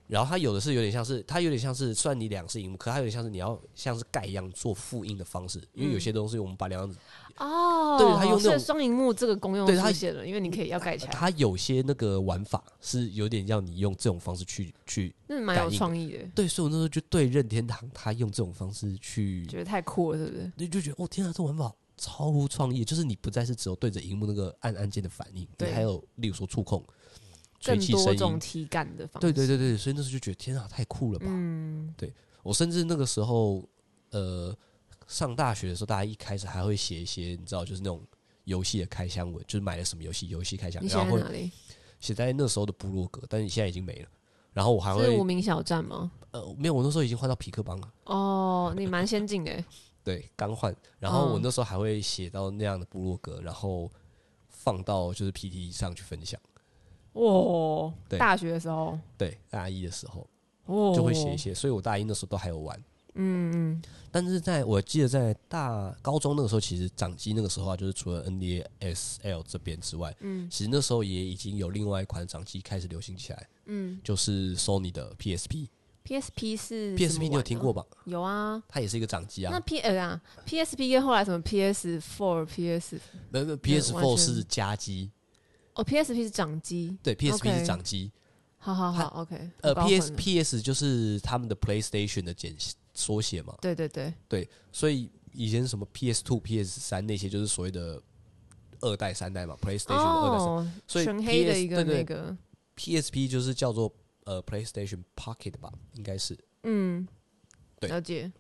S2: 然后它有的是有点像是，它有点像是算你两次荧幕，可它有点像是你要像是盖一样做复印的方式，因为有些东西我们把两样子，
S1: 哦，
S2: 对它用那种
S1: 所以双荧幕这个功用
S2: 对它
S1: 出现了，因为你可以要盖起来，
S2: 它有些那个玩法是有点让你用这种方式去去
S1: 那蛮有创意的，
S2: 对，所以我那时候就对任天堂他用这种方式去，
S1: 觉得太酷了，是不是？
S2: 你就觉得哦天啊，这玩法超乎创意，就是你不再是只有对着荧幕那个按按键的反应，你
S1: 对
S2: 还有例如说触控、吹
S1: 更
S2: 气
S1: 多
S2: 声
S1: 种
S2: 音，
S1: 体感的方式，
S2: 对对对对，所以那时候就觉得天啊，太酷了吧！
S1: 嗯，
S2: 我甚至那个时候，呃，上大学的时候，大家一开始还会写一些，你知道，就是那种游戏的开箱文，就是买了什么游戏，游戏开箱
S1: 你，写
S2: 然
S1: 在
S2: 后会
S1: 哪里？
S2: 写在那时候的部落格，但是现在已经没了。然后我还
S1: 是
S2: 会
S1: 无名小站吗？
S2: 呃，没有，我那时候已经换到匹克邦了。
S1: 哦，你蛮先进的欸，
S2: 对，刚换。然后我
S1: 嗯
S2: 那时候还会写到那样的部落格，然后放到就是 PT 上去分享。
S1: 哇！哦
S2: 对
S1: 大学的时候，
S2: 对，大一的时候
S1: 哦，
S2: 就会写一，些，所以我大一那时候都还有玩。
S1: 嗯嗯，
S2: 但是在我记得在大高中那个时候，其实掌机那个时候啊，就是除了 NDSL 这边之外，嗯，其实那时候也已经有另外一款掌机开始流行起来，嗯，就是 Sony 的 PSP。
S1: PSP 是
S2: PSP 你
S1: 怎么玩
S2: 有
S1: 啊
S2: 听过？吧？
S1: 有啊。
S2: 它也是一个掌机
S1: 那
S2: 啊，
S1: P 呃啊，PSP 跟后来什么 PS Four、PS
S2: 没有没有
S1: 对完
S2: PS4
S1: 全
S2: 是家机，
S1: 哦 PSP 是掌机，
S2: 对 PSP
S1: OK
S2: 是掌机，
S1: 好好好，OK
S2: 呃
S1: 我搞混了。
S2: ，P S P S 就是他们的 PlayStation 的简缩写嘛，
S1: 对对对，
S2: 所以以前什么 P S Two、P S 三那些就是所谓的二代、三代嘛，PlayStation 的二代、三
S1: 哦，
S2: 代。所以
S1: 全黑的
S2: PS
S1: 一个
S2: 对对
S1: 那个，
S2: P S P 就是叫做呃 PlayStation Pocket 吧，应该是。
S1: 嗯，
S2: 对
S1: 了解，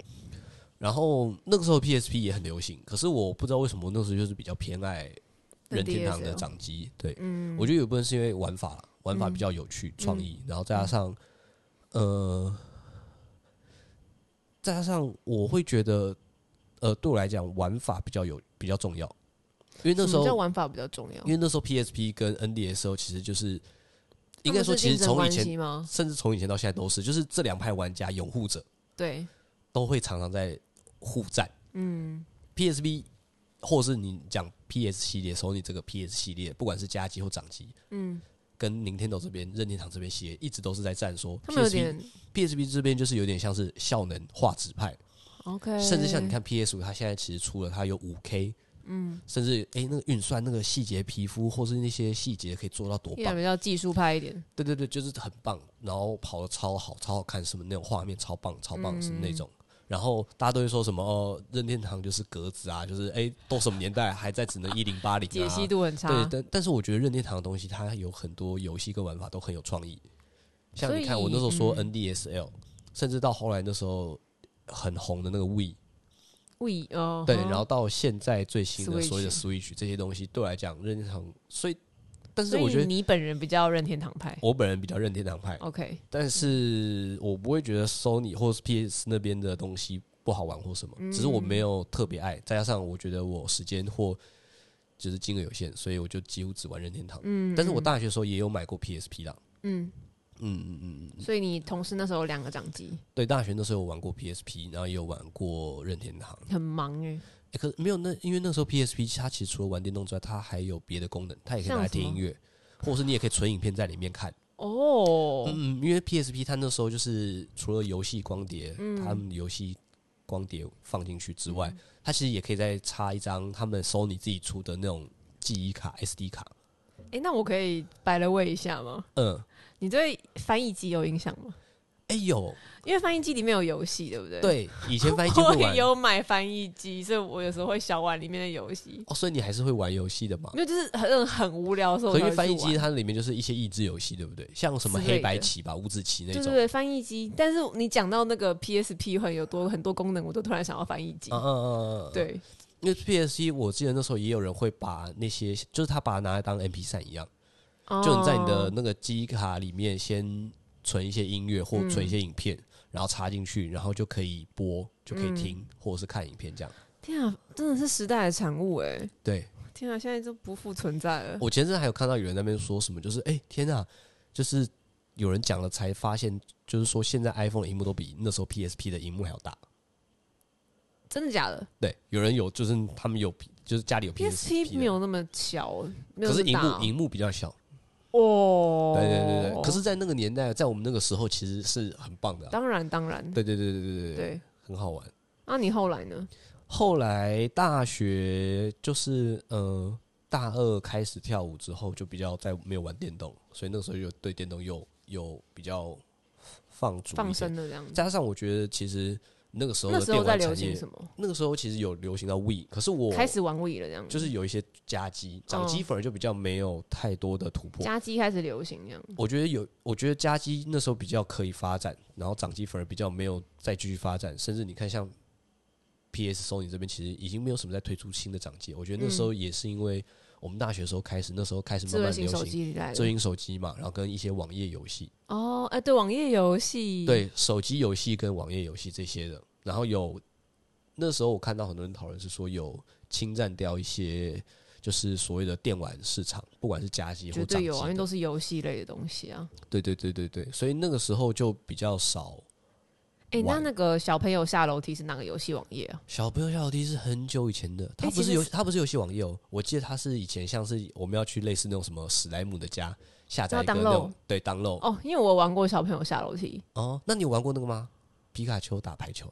S2: 然后那个时候 P S P 也很流行，可是我不知道为什么那时候就是比较偏爱任天堂的
S1: NDSL
S2: 掌机，对，
S1: 嗯，
S2: 我觉得有一部分是因为玩法啦，玩法比较有趣、创、意，然后再
S1: 嗯
S2: 加上，呃，再加上我会觉得，呃，对我来讲玩法比较有比较重要，因为那时
S1: 什么叫
S2: 候
S1: 玩法比较重要
S2: 因，为那时候 PSP 跟 NDSO 其实就是
S1: 他
S2: 应该
S1: 们
S2: 说
S1: 是
S2: 其实
S1: 竞争
S2: 从以
S1: 关
S2: 前
S1: 系吗？
S2: 甚至从以前到现在都是，就是这两派玩家拥护者
S1: 对，
S2: 都会常常在互战
S1: 嗯
S2: PSP。或是你讲 PS 系列、索尼这个 PS 系列，不管是家机或掌机，
S1: 嗯，
S2: 跟 Nintendo 这边、任天堂这边系列一直都是在战说
S1: 他们有
S2: PSP
S1: 点
S2: PSP 这边就是有点像是效能画质派，
S1: OK，
S2: 甚至像你看 PS 五，它现在其实出了它有五 K，嗯，甚至诶那个运算那个细节皮肤或是那些细节可以做到多
S1: 一点
S2: 棒，
S1: 比较技术派一点，
S2: 对对对，就是很棒，然后跑的超好，超好看，什么那种画面超棒超棒是
S1: 嗯
S2: 那种。然后大家都会说什么哦，任天堂就是格子啊，就是诶都什么年代还在只能一零八零
S1: 解
S2: 啊
S1: 析，度很差。
S2: 对，但但是我觉得任天堂的东西，它有很多游戏跟玩法都很有创意，像你看
S1: 所以
S2: 我那时候说
S1: 嗯
S2: NDSL，、甚至到后来那时候很红的那个 We，
S1: We 哦，
S2: 对，
S1: 哼
S2: 然后到现在最新的
S1: Switch
S2: 所有的 Switch 这些东西，对我来讲任天堂，所以但是
S1: 所
S2: 我觉
S1: 以
S2: 得
S1: 你本人比较任天堂派
S2: 我本人比较任天堂派，
S1: ，OK，
S2: 但
S1: 嗯
S2: 是我不会觉得 Sony 或是 PS 那边的东西不好玩或什么，
S1: 嗯
S2: 只是我没有特别爱，再加上我觉得我时间或就是金额有限，所以我就几乎只玩任天堂。
S1: 嗯，
S2: 但是我
S1: 嗯
S2: 大学的时候也有买过 PSP 啦，
S1: 嗯，
S2: 嗯嗯嗯嗯，
S1: 所以你同时那时候有两个掌机
S2: 对，大学那时候有玩过 PSP，然后也有玩过任天堂。
S1: 很忙哎，
S2: 欸、可是没有那，因为那时候 PSP 它其实除了玩电动之外，它还有别的功能，它也可以拿来
S1: 像什
S2: 听
S1: 么
S2: 音乐，或者是你也可以存影片在里面看。
S1: 哦，
S2: 嗯，因为 PSP 它那时候就是除了游戏光碟，
S1: 嗯
S2: 他们游戏光碟放进去之外，它其实也可以再插一张他们 Sony 自己出的那种记忆卡 SD 卡。
S1: 哎，那我可以摆了位一下吗？
S2: 嗯，
S1: 你对翻译机有影响吗？
S2: 哎、有
S1: 因为翻译机里面有游戏，对不对？，
S2: 对，以前翻译机
S1: 我
S2: 会
S1: 也
S2: 玩
S1: 有买翻译机，所以我有时候会小玩里面的游戏，
S2: 哦，所以你还是会玩游戏的嘛？
S1: 因为就是很很无聊的时候
S2: 可
S1: 我
S2: 因
S1: 才会
S2: 为
S1: 去玩，
S2: 翻译机它里面就是一些益智游戏，对不对？像什么
S1: 之类
S2: 黑白
S1: 的
S2: 棋吧、五子棋那
S1: 对
S2: 种。
S1: 对对，翻译机。但是你讲到那个 PSP 很有多很多功能，我都突然想到翻译机。
S2: 嗯嗯嗯嗯嗯，嗯
S1: 对，
S2: 因为 PSC 我记得那时候也有人会把那些，就是他把它拿来当 MP 3一样，就你在你的
S1: 哦
S2: 那个记忆卡里面先存一些音乐或存一些影
S1: 嗯
S2: 片，然后插进去，然后就可以播，就可以
S1: 嗯
S2: 听、或者是看影片这样。
S1: 天啊，真的是时代的产物哎、
S2: 对
S1: 天啊，现在都不复存在了。
S2: 我前阵还有看到有人在那边说什么，就是哎、天啊，就是有人讲了才发现，就是说现在 iPhone 的荧幕都比那时候 PSP 的荧幕还要大。
S1: 真的假的
S2: 对，有人有就是他们有就是家里有 PSP，
S1: ？PSP
S2: 的
S1: 没，有那么小，没有
S2: 可
S1: 那么
S2: 是荧
S1: 大
S2: 幕
S1: 哦
S2: 荧幕比较小。
S1: 哦。
S2: 对对对对，可是，在那个年代，在我们那个时候，其实是很棒的啊、
S1: 当然当然，
S2: 对对对对对对对，
S1: 对。
S2: 很好玩。
S1: 那、你后来呢？
S2: 后来大学就是呃，大二开始跳舞之后，就比较再没有玩电动，所以那个时候就对电动又又比较放逐一
S1: 放
S2: 点
S1: 生了这样子。
S2: 加上我觉得其实那个时候
S1: 那
S2: 的
S1: 时
S2: 电
S1: 候在
S2: 玩
S1: 流
S2: 产
S1: 行
S2: 业，
S1: 什么？
S2: 那个时候其实有流行到 We，可是我
S1: 开始哦玩 Wii 了这样子，
S2: 就是有一些夹击，掌机反而就比较没有太多的突破。
S1: 家机开始流行这样。
S2: 我觉得有，我觉得家机那时候比较可以发展，然后掌机反而比较没有再继续发展，甚至你看像 PS、Sony 这边其实已经没有什么在推出新的掌机。我觉得那时候也是因为我们大学的时候开始，那时候开始
S1: 嗯智
S2: 慢
S1: 慧
S2: 慢
S1: 型
S2: 流
S1: 手
S2: 行
S1: 机来
S2: 智
S1: 了
S2: 能手机嘛，然后跟一些网页游戏，
S1: 哦，哎、对，网页游戏，，
S2: 对手机游戏跟网页游戏这些的，然后有那时候我看到很多人讨论是说有侵占掉一些就是所谓的电玩市场，不管是家机或
S1: 绝
S2: 掌
S1: 对
S2: 机
S1: 有啊，因为
S2: 的
S1: 都是游戏类的东西啊。
S2: 对对对对对，所以那个时候就比较少。
S1: 哎、那
S2: 玩
S1: 那个小朋友下楼梯是哪个游戏网页啊？
S2: 小朋友下楼梯是很久以前的，它不
S1: 其
S2: 是
S1: 实
S2: 游、
S1: 是
S2: 它不是游戏网页哦，我记得它是以前像是我们要去类似那种什么史莱姆的家下载一个那
S1: 要
S2: 种
S1: download
S2: 对 download 哦
S1: 哦，因为我玩过小朋友下楼梯，
S2: 那你有玩过那个吗？皮卡丘打排球，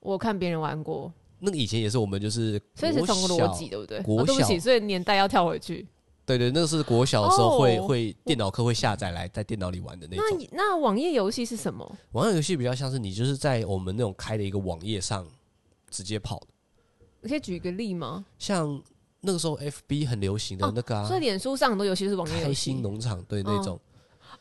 S1: 我看别人玩过，
S2: 那个以前也是我们就是
S1: 所以是
S2: 国
S1: 同个
S2: 小
S1: 逻辑，对不对？
S2: 国
S1: 哦对不起，
S2: 小
S1: 所以年代要跳回去。
S2: 对对，那个是国小的时候会、
S1: 哦
S2: 会电脑课会下载来在电脑里玩的那
S1: 那
S2: 种。
S1: 你那网页游戏是什么？
S2: 网上游戏比较像是你就是在我们那种开的一个网页上直接跑的，
S1: 你可以举一个例吗？
S2: 像那个时候 FB 很流行的
S1: 哦
S2: 那个啊，
S1: 所以脸书上很多游戏都是网页游
S2: 开心
S1: 戏
S2: 农场对那
S1: 嗯
S2: 种。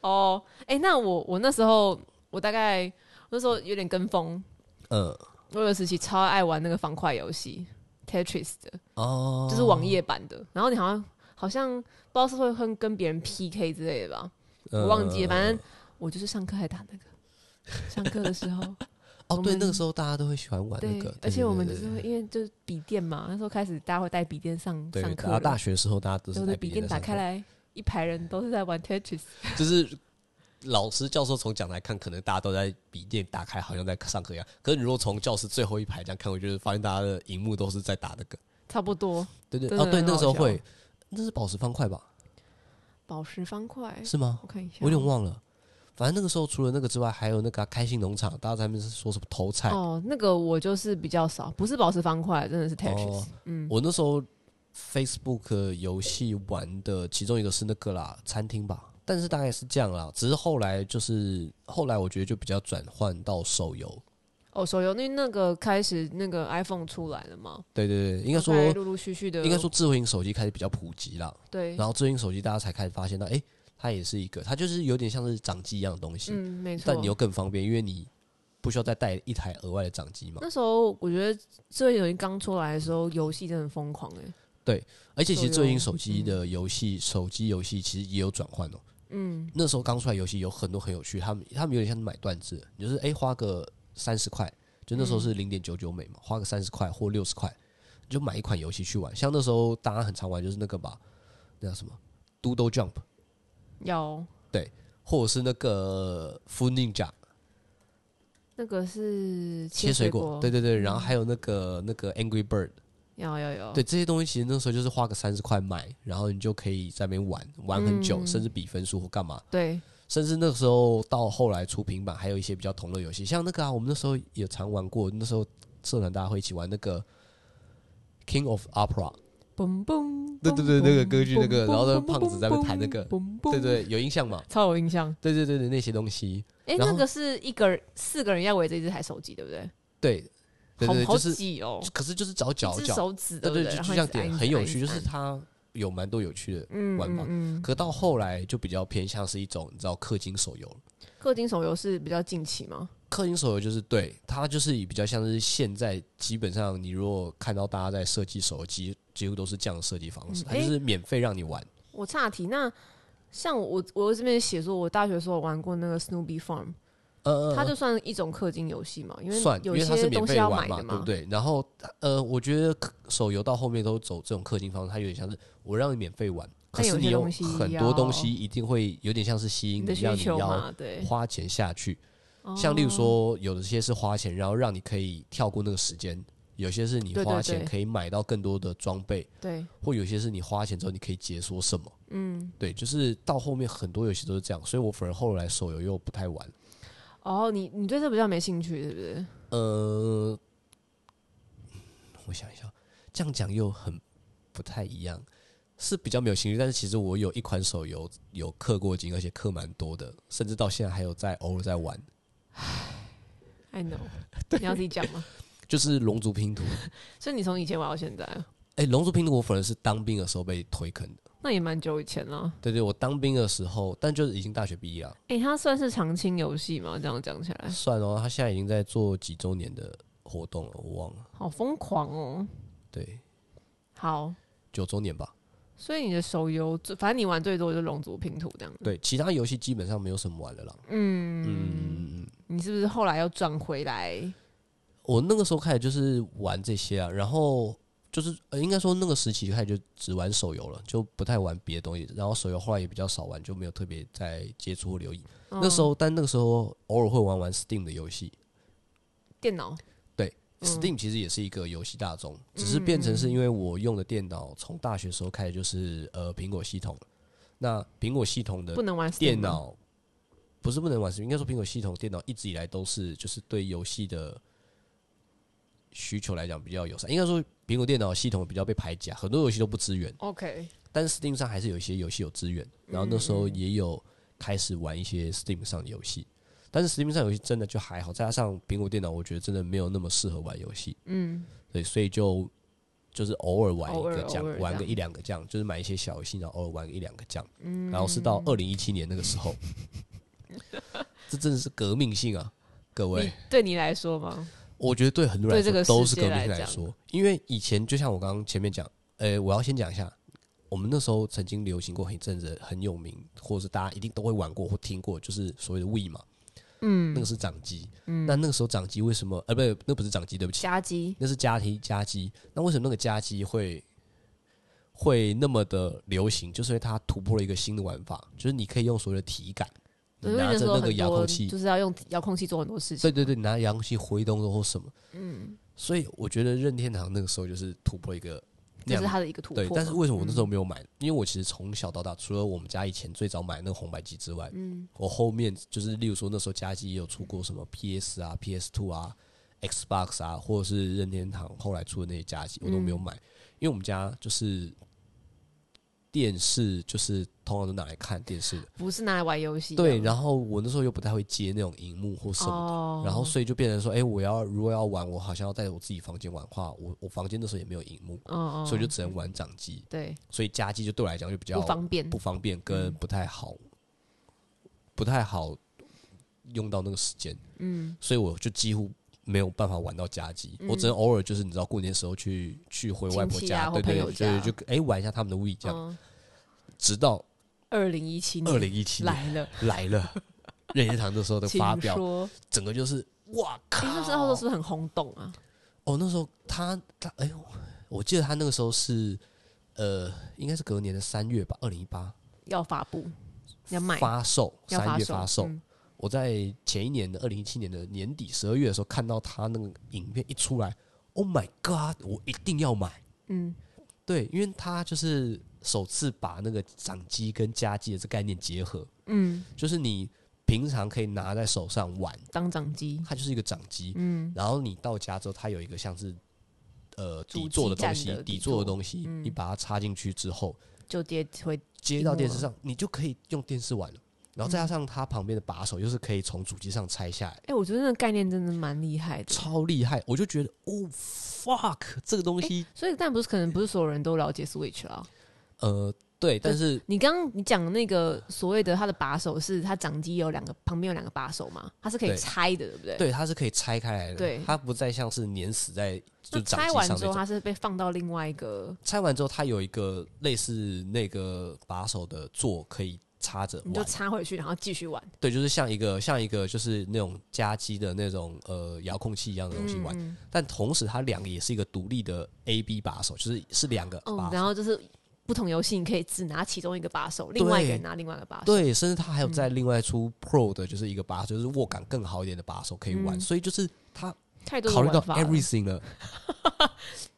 S1: 哦。哎、那我我那时候我大概我那时候有点跟风，
S2: 嗯，
S1: 我有时期超爱玩那个方块游戏 Tetris 的，
S2: 哦，
S1: 就是网页版的。然后你好像好像不知道是会跟跟别人 PK 之类的吧，我忘记了。
S2: 嗯
S1: 反正我就是上课还打那个，上课的 时候
S2: 哦，
S1: 我
S2: 对，
S1: 们
S2: 那个时候大家都会喜欢玩那
S1: 对
S2: 个，，
S1: 而且我们就
S2: 对
S1: 是会因为就是笔电嘛，那时候开始大家会带笔电上
S2: 对对
S1: 上
S2: 对，
S1: 课
S2: 然后
S1: 了，
S2: 大学的时候大家都
S1: 对
S2: 是
S1: 我的
S2: 在
S1: 笔
S2: 笔
S1: 电
S2: 记
S1: 打
S2: 上
S1: 开来，一排人都是在玩 Tetris。
S2: 看，就是老师教授从讲台看，可能大家都在笔电打开，好像在上课一样。可是你如果从教室最后一排这样看，我就是发现大家的荧幕都是在打那个，
S1: 差不多，
S2: 对对
S1: 真
S2: 哦，
S1: 的
S2: 对，
S1: 很
S2: 那个时候
S1: 好笑
S2: 会，那是宝石方块吧？
S1: 宝石方块，
S2: 是吗？
S1: 我看一下，
S2: 我有点忘了。反正那个时候除了那个之外，还有那个啊开心农场，大家在那边是说什么投菜。
S1: 哦，那个我就是比较少，不是宝石方块，真的是 Tetris。
S2: 哦
S1: 嗯
S2: 我那时候 Facebook 游戏玩的其中一个是那个啦，餐厅吧，但是大概是这样啦。只是后来就是后来我觉得就比较转换到手游，
S1: 哦，手游那那个开始那个 iPhone 出来了嘛，
S2: 对对对，应
S1: 应
S2: 该说
S1: 陆陆续续的，
S2: 应该说智慧型手机开始比较普及啦，
S1: 对
S2: 然后智慧型手机大家才开始发现到，哎、它也是一个，它就是有点像是掌机一样的东西，
S1: 嗯，没错。
S2: 但你又更方便，因为你不需要再带一台额外的掌机嘛。
S1: 那时候我觉得这游戏刚出来的时候，游戏真的很疯狂哎、
S2: 而且其实
S1: 手
S2: 最近
S1: 游
S2: 手机的游戏，手机游戏其实也有转换哦。
S1: 嗯，
S2: 那时候刚出来游戏有很多很有趣，他们他们有点像买断制，你就是诶花个三十块，就那时候
S1: 嗯
S2: 是零点九九美嘛，花个三十块或六十块，你就买一款游戏去玩。像那时候大家很常玩就是那个吧，那叫什么 Doodle Jump，
S1: 有
S2: 或者是那个 f o o Ninja
S1: 那个是
S2: 切
S1: 水嗯
S2: 水果，对对对，然后还有那个那个 Angry Bird，
S1: 有有有，
S2: 对这些东西，其实那时候就是花个三十块买，然后你就可以在那边玩玩很久，
S1: 嗯
S2: 甚至比分数或干嘛。
S1: 对
S2: 甚至那个时候到后来出平板，还有一些比较同乐游戏，像那个啊，我们那时候也常玩过。那时候社团大家会一起玩那个 King of Opera，
S1: 嘣嘣，
S2: 对对对
S1: 嘣
S2: 那个
S1: 嘣
S2: 歌剧那个
S1: 嘣
S2: 然后那个
S1: 嘣
S2: 胖子在那边弹那
S1: 嘣
S2: 个
S1: 嘣嘣
S2: 对，对，有印象吗？
S1: 超有印象。
S2: 对对对对，那些东西，
S1: 哎、
S2: 然
S1: 那
S2: 后
S1: 个是一个人四个人要围着一只台手机，对不对？
S2: 对对对，
S1: 好
S2: 就
S1: 好
S2: 是，
S1: 挤哦，
S2: 可是就是找
S1: 一
S2: 角
S1: 只
S2: 角，
S1: 手指，
S2: 对
S1: 不对？
S2: 就
S1: 然
S2: 就
S1: 后
S2: 这
S1: 一
S2: 样
S1: 直按
S2: 点
S1: 一直
S2: 很有
S1: 按
S2: 趣，
S1: 一
S2: 就
S1: 直
S2: 是
S1: 按
S2: 它有蛮多有趣的。
S1: 嗯
S2: 玩法
S1: 嗯嗯
S2: 可到后来就比较偏向是一种你知道氪金手游了。
S1: 氪金手游是比较近期吗？
S2: 氪金手游就是对它就是以比较像是现在基本上你如果看到大家在设计手游机，几乎都是这样的设计方式，
S1: 嗯
S2: 它就是免费让你玩。
S1: 我岔题，那像我我这边写说，我大学的时候玩过那个 Snoopy Farm，、
S2: 呃，
S1: 它就算一种氪金游戏嘛，因为
S2: 算，因
S1: 有
S2: 为
S1: 一
S2: 它是
S1: 些
S2: 免
S1: 东西
S2: 费
S1: 要
S2: 玩
S1: 买
S2: 嘛，
S1: 的
S2: 对不？对？然后呃，我觉得氪手游到后面都走这种氪金方式，它有点像是我让你免费玩，可
S1: 但有
S2: 是
S1: 些
S2: 你有
S1: 东西
S2: 很
S1: 要
S2: 多东西一定会有点像是吸引
S1: 你
S2: 你，
S1: 的
S2: 让
S1: 需
S2: 你
S1: 求
S2: 要
S1: 嘛，对。哦
S2: 花钱下去。啊嗯像例如说，有的些是花钱，然后让你可以跳过那个时间；有些是你
S1: 对对
S2: 花钱
S1: 对
S2: 可以买到更多的装备，
S1: 对，
S2: 或有些是你花钱之后你可以解锁什么。
S1: 嗯，
S2: 对，就是到后面很多游戏都是这样，所以我反而后来手游又不太玩。
S1: 哦，你你对这比较没兴趣，对不对？
S2: 呃，我想一下，这样讲又很不太一样，是比较没有兴趣。但是其实我有一款手游有氪过金，而且氪蛮多的，甚至到现在还有在偶尔在玩，
S1: I know，你要自己讲吗？
S2: 就是《龙族拼图》。
S1: 所以你从以前玩到现在，
S2: 哎、龙族拼图》我反而是当兵的时候被推坑的。
S1: 那也蛮久以前了。
S2: 对对，我当兵的时候，但就是已经大学毕业了，
S1: 诶，它算是常青游戏吗？这样讲起来，
S2: 算哦，他现在已经在做几周年的活动了，我忘了，
S1: 好疯狂哦！
S2: 对，
S1: 好，
S2: 九周年吧。
S1: 所以你的手游，最反正你玩最多就是龙族拼图这样。
S2: 对，其他游戏基本上没有什么玩的啦。嗯嗯，
S1: 你是不是后来又转回来？
S2: 我那个时候开始就是玩这些啊，然后就是、呃、应该说那个时期开始就只玩手游了，就不太玩别的东西。然后手游后来也比较少玩，就没有特别在接触或留意。
S1: 嗯
S2: 那时候，但那个时候偶尔会玩玩 Steam 的游戏。
S1: 电脑，嗯
S2: Steam 其实也是一个游戏大宗，只是变成是因为我用的电脑从大学时候开始就是呃苹果系统了，那苹果系统的
S1: 不能玩 Steam
S2: 电
S1: 吗，
S2: 脑不是不能玩 Steam，应该说苹果系统电脑一直以来都是就是对游戏的需求来讲比较友善。应该说苹果电脑系统比较被排挤啊，很多游戏都不支援，
S1: OK，
S2: 但是 Steam 上还是有一些游戏有支援。然后那时候也有开始玩一些 Steam 上的游戏，但是 Steam 上游戏真的就还好，再加上苹果电脑，我觉得真的没有那么适合玩游戏。
S1: 嗯，
S2: 对，所以就就是偶尔玩一
S1: 偶尔
S2: 个这
S1: 偶尔
S2: 样，玩
S1: 这
S2: 个
S1: 样嗯
S2: 一两个这样，就是买一些小游戏，然后偶尔玩一两个这样。然后是到二零一七年那个时 候，这真的是革命性啊，各位
S1: 你。对你来说吗？
S2: 我觉得对很多人
S1: 对这
S2: 来
S1: 个
S2: 说都
S1: 世
S2: 是革
S1: 界
S2: 命
S1: 来
S2: 性来
S1: 讲
S2: 说，因为以前就像我刚刚前面讲，呃，我要先讲一下，我们那时候曾经流行过很一阵子很有名，或者是大家一定都会玩过或听过，就是所谓的 We 嘛，那
S1: 嗯
S2: 个，是掌机。
S1: 嗯
S2: 那那个时候掌机为什么？呃，不对，那不是掌机，对不起，
S1: 夹击，
S2: 那是家庭家机。那为什么那个家机会会那么的流行？就是因为它突破了一个新的玩法，就是你可以用所谓的体感，你
S1: 我就
S2: 拿
S1: 那
S2: 着
S1: 时候
S2: 那个
S1: 很
S2: 遥
S1: 多
S2: 控器，
S1: 就是要用遥控器做很多事情
S2: 对，对对，你拿遥控器挥动或什么，嗯。所以我觉得任天堂那个时候就是突破一个那
S1: 这
S2: 样
S1: 是
S2: 的
S1: 它的一个突破
S2: 对
S1: 嘛。，嗯
S2: 但是为什么我那时候没有买？因为我其实从小到大，除了我们家以前最早买那个红白机之外，
S1: 嗯
S2: 我后面就是例如说那时候家机也有出过什么 PS 啊、PS Two 啊、Xbox 啊，或者是
S1: 嗯
S2: 任天堂后来出的那些家机，我都没有买，因为我们家就是电视就是通常都拿来看电视的，
S1: 不是拿来玩游戏的。
S2: 对。然后我那时候又不太会接那种荧幕或什么
S1: 哦
S2: 的，然后所以就变成说，哎、我要如果要玩，我好像要带我自己房间玩的话，我我房间那时候也没有荧幕，
S1: 哦哦，
S2: 所以就只能玩掌机，
S1: 对
S2: 所以家机就对我来讲就比较
S1: 不方便嗯
S2: 不方便跟不太好，不太好用到那个时间，嗯，所以我就几乎没有办法玩到家机，我只能偶尔就是你知道过年的时候去去回外婆
S1: 嗯亲戚啊
S2: 家，
S1: 或
S2: 对对
S1: 朋友
S2: 对，
S1: 家
S2: 对就哎、玩一下他们的 We 这样，
S1: 嗯，
S2: 直到
S1: 二零一七年
S2: 二零一七年
S1: 来了，
S2: 来 了，任天堂那时候的
S1: 请
S2: 发表，
S1: 说，
S2: 整个就是哇靠
S1: 哎，，那时候是不是很轰动啊？
S2: 哦那时候他他哎呦，我记得他那个时候是呃应该是隔年的三月吧，二零一八
S1: 要发布，要卖，
S2: 发售，
S1: 要
S2: 三月
S1: 售，
S2: 发售。
S1: 嗯
S2: 我在前一年的二零一七年的年底十二月的时候，看到他那个影片一出来，Oh my God！我一定要买。
S1: 嗯，
S2: 对，因为他就是首次把那个掌机跟家机的这概念结合，
S1: 嗯，
S2: 就是你平常可以拿在手上玩，
S1: 当掌机，
S2: 它就是一个掌机，
S1: 嗯，
S2: 然后你到家之后，它有一个像是呃
S1: 主
S2: 底座的
S1: 机站
S2: 东西
S1: 的，底
S2: 底座
S1: 座
S2: 的
S1: 嗯
S2: 东西，你把它插进去之后，
S1: 就接回，
S2: 接到电视上，你就可以用电视玩了。然后再加上它旁边的把手，又是可以从主机上拆下来。
S1: 哎，我觉得那个概念真的蛮厉害的。
S2: 超厉害，我就觉得哦 fuck 这个东西，
S1: 所以，但不是可能不是所有人都了解 Switch 啦。
S2: 呃，对，但是
S1: 你刚刚你讲那个所谓的它的把手是它掌机有两个，旁边有两个把手嘛，它是可以
S2: 对
S1: 拆的，对不对？。
S2: 对它是可以拆开来的，
S1: 对
S2: 它不再像是粘死在就
S1: 那
S2: 掌
S1: 拆
S2: 机
S1: 完
S2: 上
S1: 之
S2: 那
S1: 后，
S2: 种。
S1: 它是被放到另外一个，
S2: 拆完之后，它有一个类似那个把手的座可以插着
S1: 你就
S2: 玩，
S1: 插回去，然后继续玩。
S2: 对，就是像一个像一个就是那种夹击的那种呃遥控器一样的东西玩，
S1: 嗯
S2: 但同时它两个也是一个独立的 A B 把手，就是是两个
S1: 嗯，
S2: 把手
S1: 然后就是不同游戏，你可以只拿其中一个把手，另外一个人拿另外一个把手。
S2: 对，甚至它还有
S1: 嗯
S2: 在另外出 Pro 的，就是一个把手，就是握感更好一点的把手可以玩，
S1: 嗯
S2: 所以就是它
S1: 太多的
S2: 考虑到
S1: 玩法了
S2: everything 了，